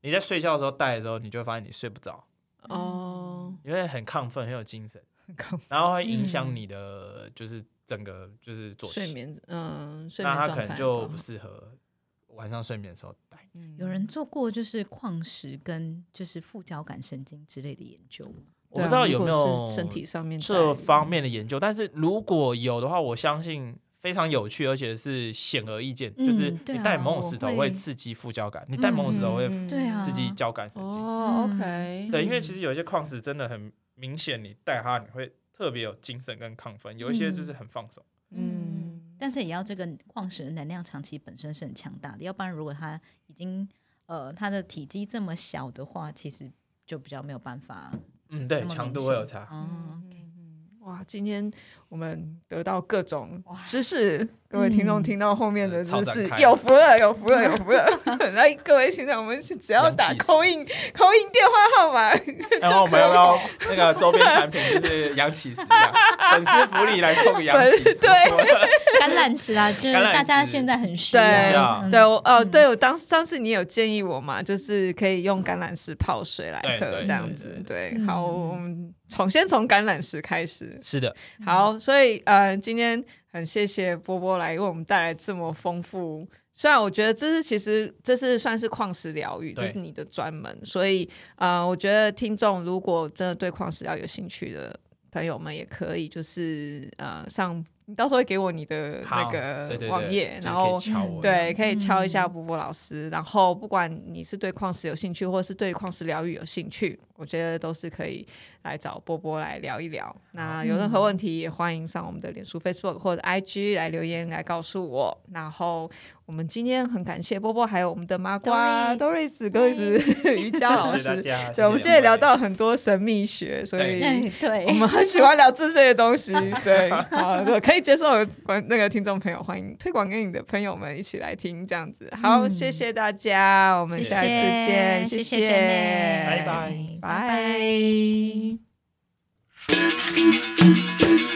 B: 你在睡觉的时候戴的时候，你就会发现你睡不着，
A: 哦，
B: 你会很亢奋，很有精神，
A: 亢嗯
B: 然后会影响你的、就是整个就是作
A: 睡
B: 息，
A: 眠，嗯，睡眠
B: 那它
A: 状
B: 可
A: 态
B: 能就
A: 好
B: 不适合晚上睡眠的时候戴。
A: 嗯
C: 有人做过就是矿石跟就是副交感神经之类的研究吗？
B: 我不知道
A: 对啊
B: 有没
A: 如果
B: 有
A: 是身体上面
B: 这
A: 带
B: 方面的研究，但是如果有的话，我相信非常有趣，而且是显而易见，
C: 嗯
B: 就是
C: 对
B: 你
C: 啊
B: 戴某种石头
C: 我
B: 会
C: 会
B: 刺激副交感，你戴某种石头会
A: 嗯
C: 对啊
B: 刺激交感神经。
A: 哦
C: 嗯
A: ，OK，
B: 对，因为其实有一些矿石真的很明显，你戴它你会特别有精神跟亢奋，有一些就是很放松。
A: 嗯，
C: 但是也要这个矿石的能量长期本身是很强大的，要不然如果它已经呃它的体积这么小的话，其实就比较没有办法
B: 嗯，
C: 那
B: 对，
C: 么明显。
B: 强度会有 差。嗯
C: 哦，OK
A: 嗯哇，今天我们得到各种知识，各位听众
C: 嗯
A: 听到后面的知
B: 呃超展
A: 识
B: 开，
A: 有福了，有福了，有福了！ 来，各位现在我们是只要打
B: 洋气死
A: 扣印扣印电话号码，
B: 然后我们要不要那个周边产品就是羊起石这样，粉丝福利来凑个羊起石？
A: 对
C: 橄榄石啊，就是
B: 橄榄石
C: 大家现在很需
A: 对
C: 要。
B: 啊
C: 嗯
A: 对，我哦，对我当上次你有建议我嘛，就是可以用橄榄石泡水来
B: 对
A: 喝
B: 对
A: 这样
B: 对
A: 子
B: 对。
A: 对，
C: 嗯
A: 好，我们从先从橄榄石开始。
B: 是的，
C: 嗯
A: 好，所以呃，今天很谢谢波波来为我们带来这么丰富。虽然我觉得这是其实这是算是矿石疗愈，这
B: 对
A: 是你的专门，所以呃，我觉得听众如果真的对矿石疗有兴趣的朋友们，也可以就是呃上，你到时候会给我你的那
B: 好，
A: 个
B: 对对对
A: 网页，
B: 就是
A: 然
B: 可以
A: 后
B: 敲我
A: 对，可以敲一下
C: 嗯
A: 波波老师。然后，不管你是对矿石有兴趣，或是对矿石疗愈有兴趣，我觉得都是可以来找波波来聊一聊。那有任何问题，也欢迎上我们的脸书、Facebook 或者 IG 来留言来告诉我。然后我们今天很感谢波波，还有我们的麻瓜 Doris、Doris 瑜伽老
B: 谢谢大
A: 师。
B: 家。
A: 对，我们今
B: 今
A: 天
B: 天
A: 也聊到很多神秘学，所以
C: 对
A: 我
C: 对，
A: 们很喜欢聊这些东西，对，好，如果可以接受的观那个听众朋友，欢迎推广给你的朋友们一起来听，这样子。好，
C: 嗯
A: 谢谢大家，我们下一次见，
C: 谢
A: 谢，
C: 谢 Janet
B: 拜拜
A: 拜。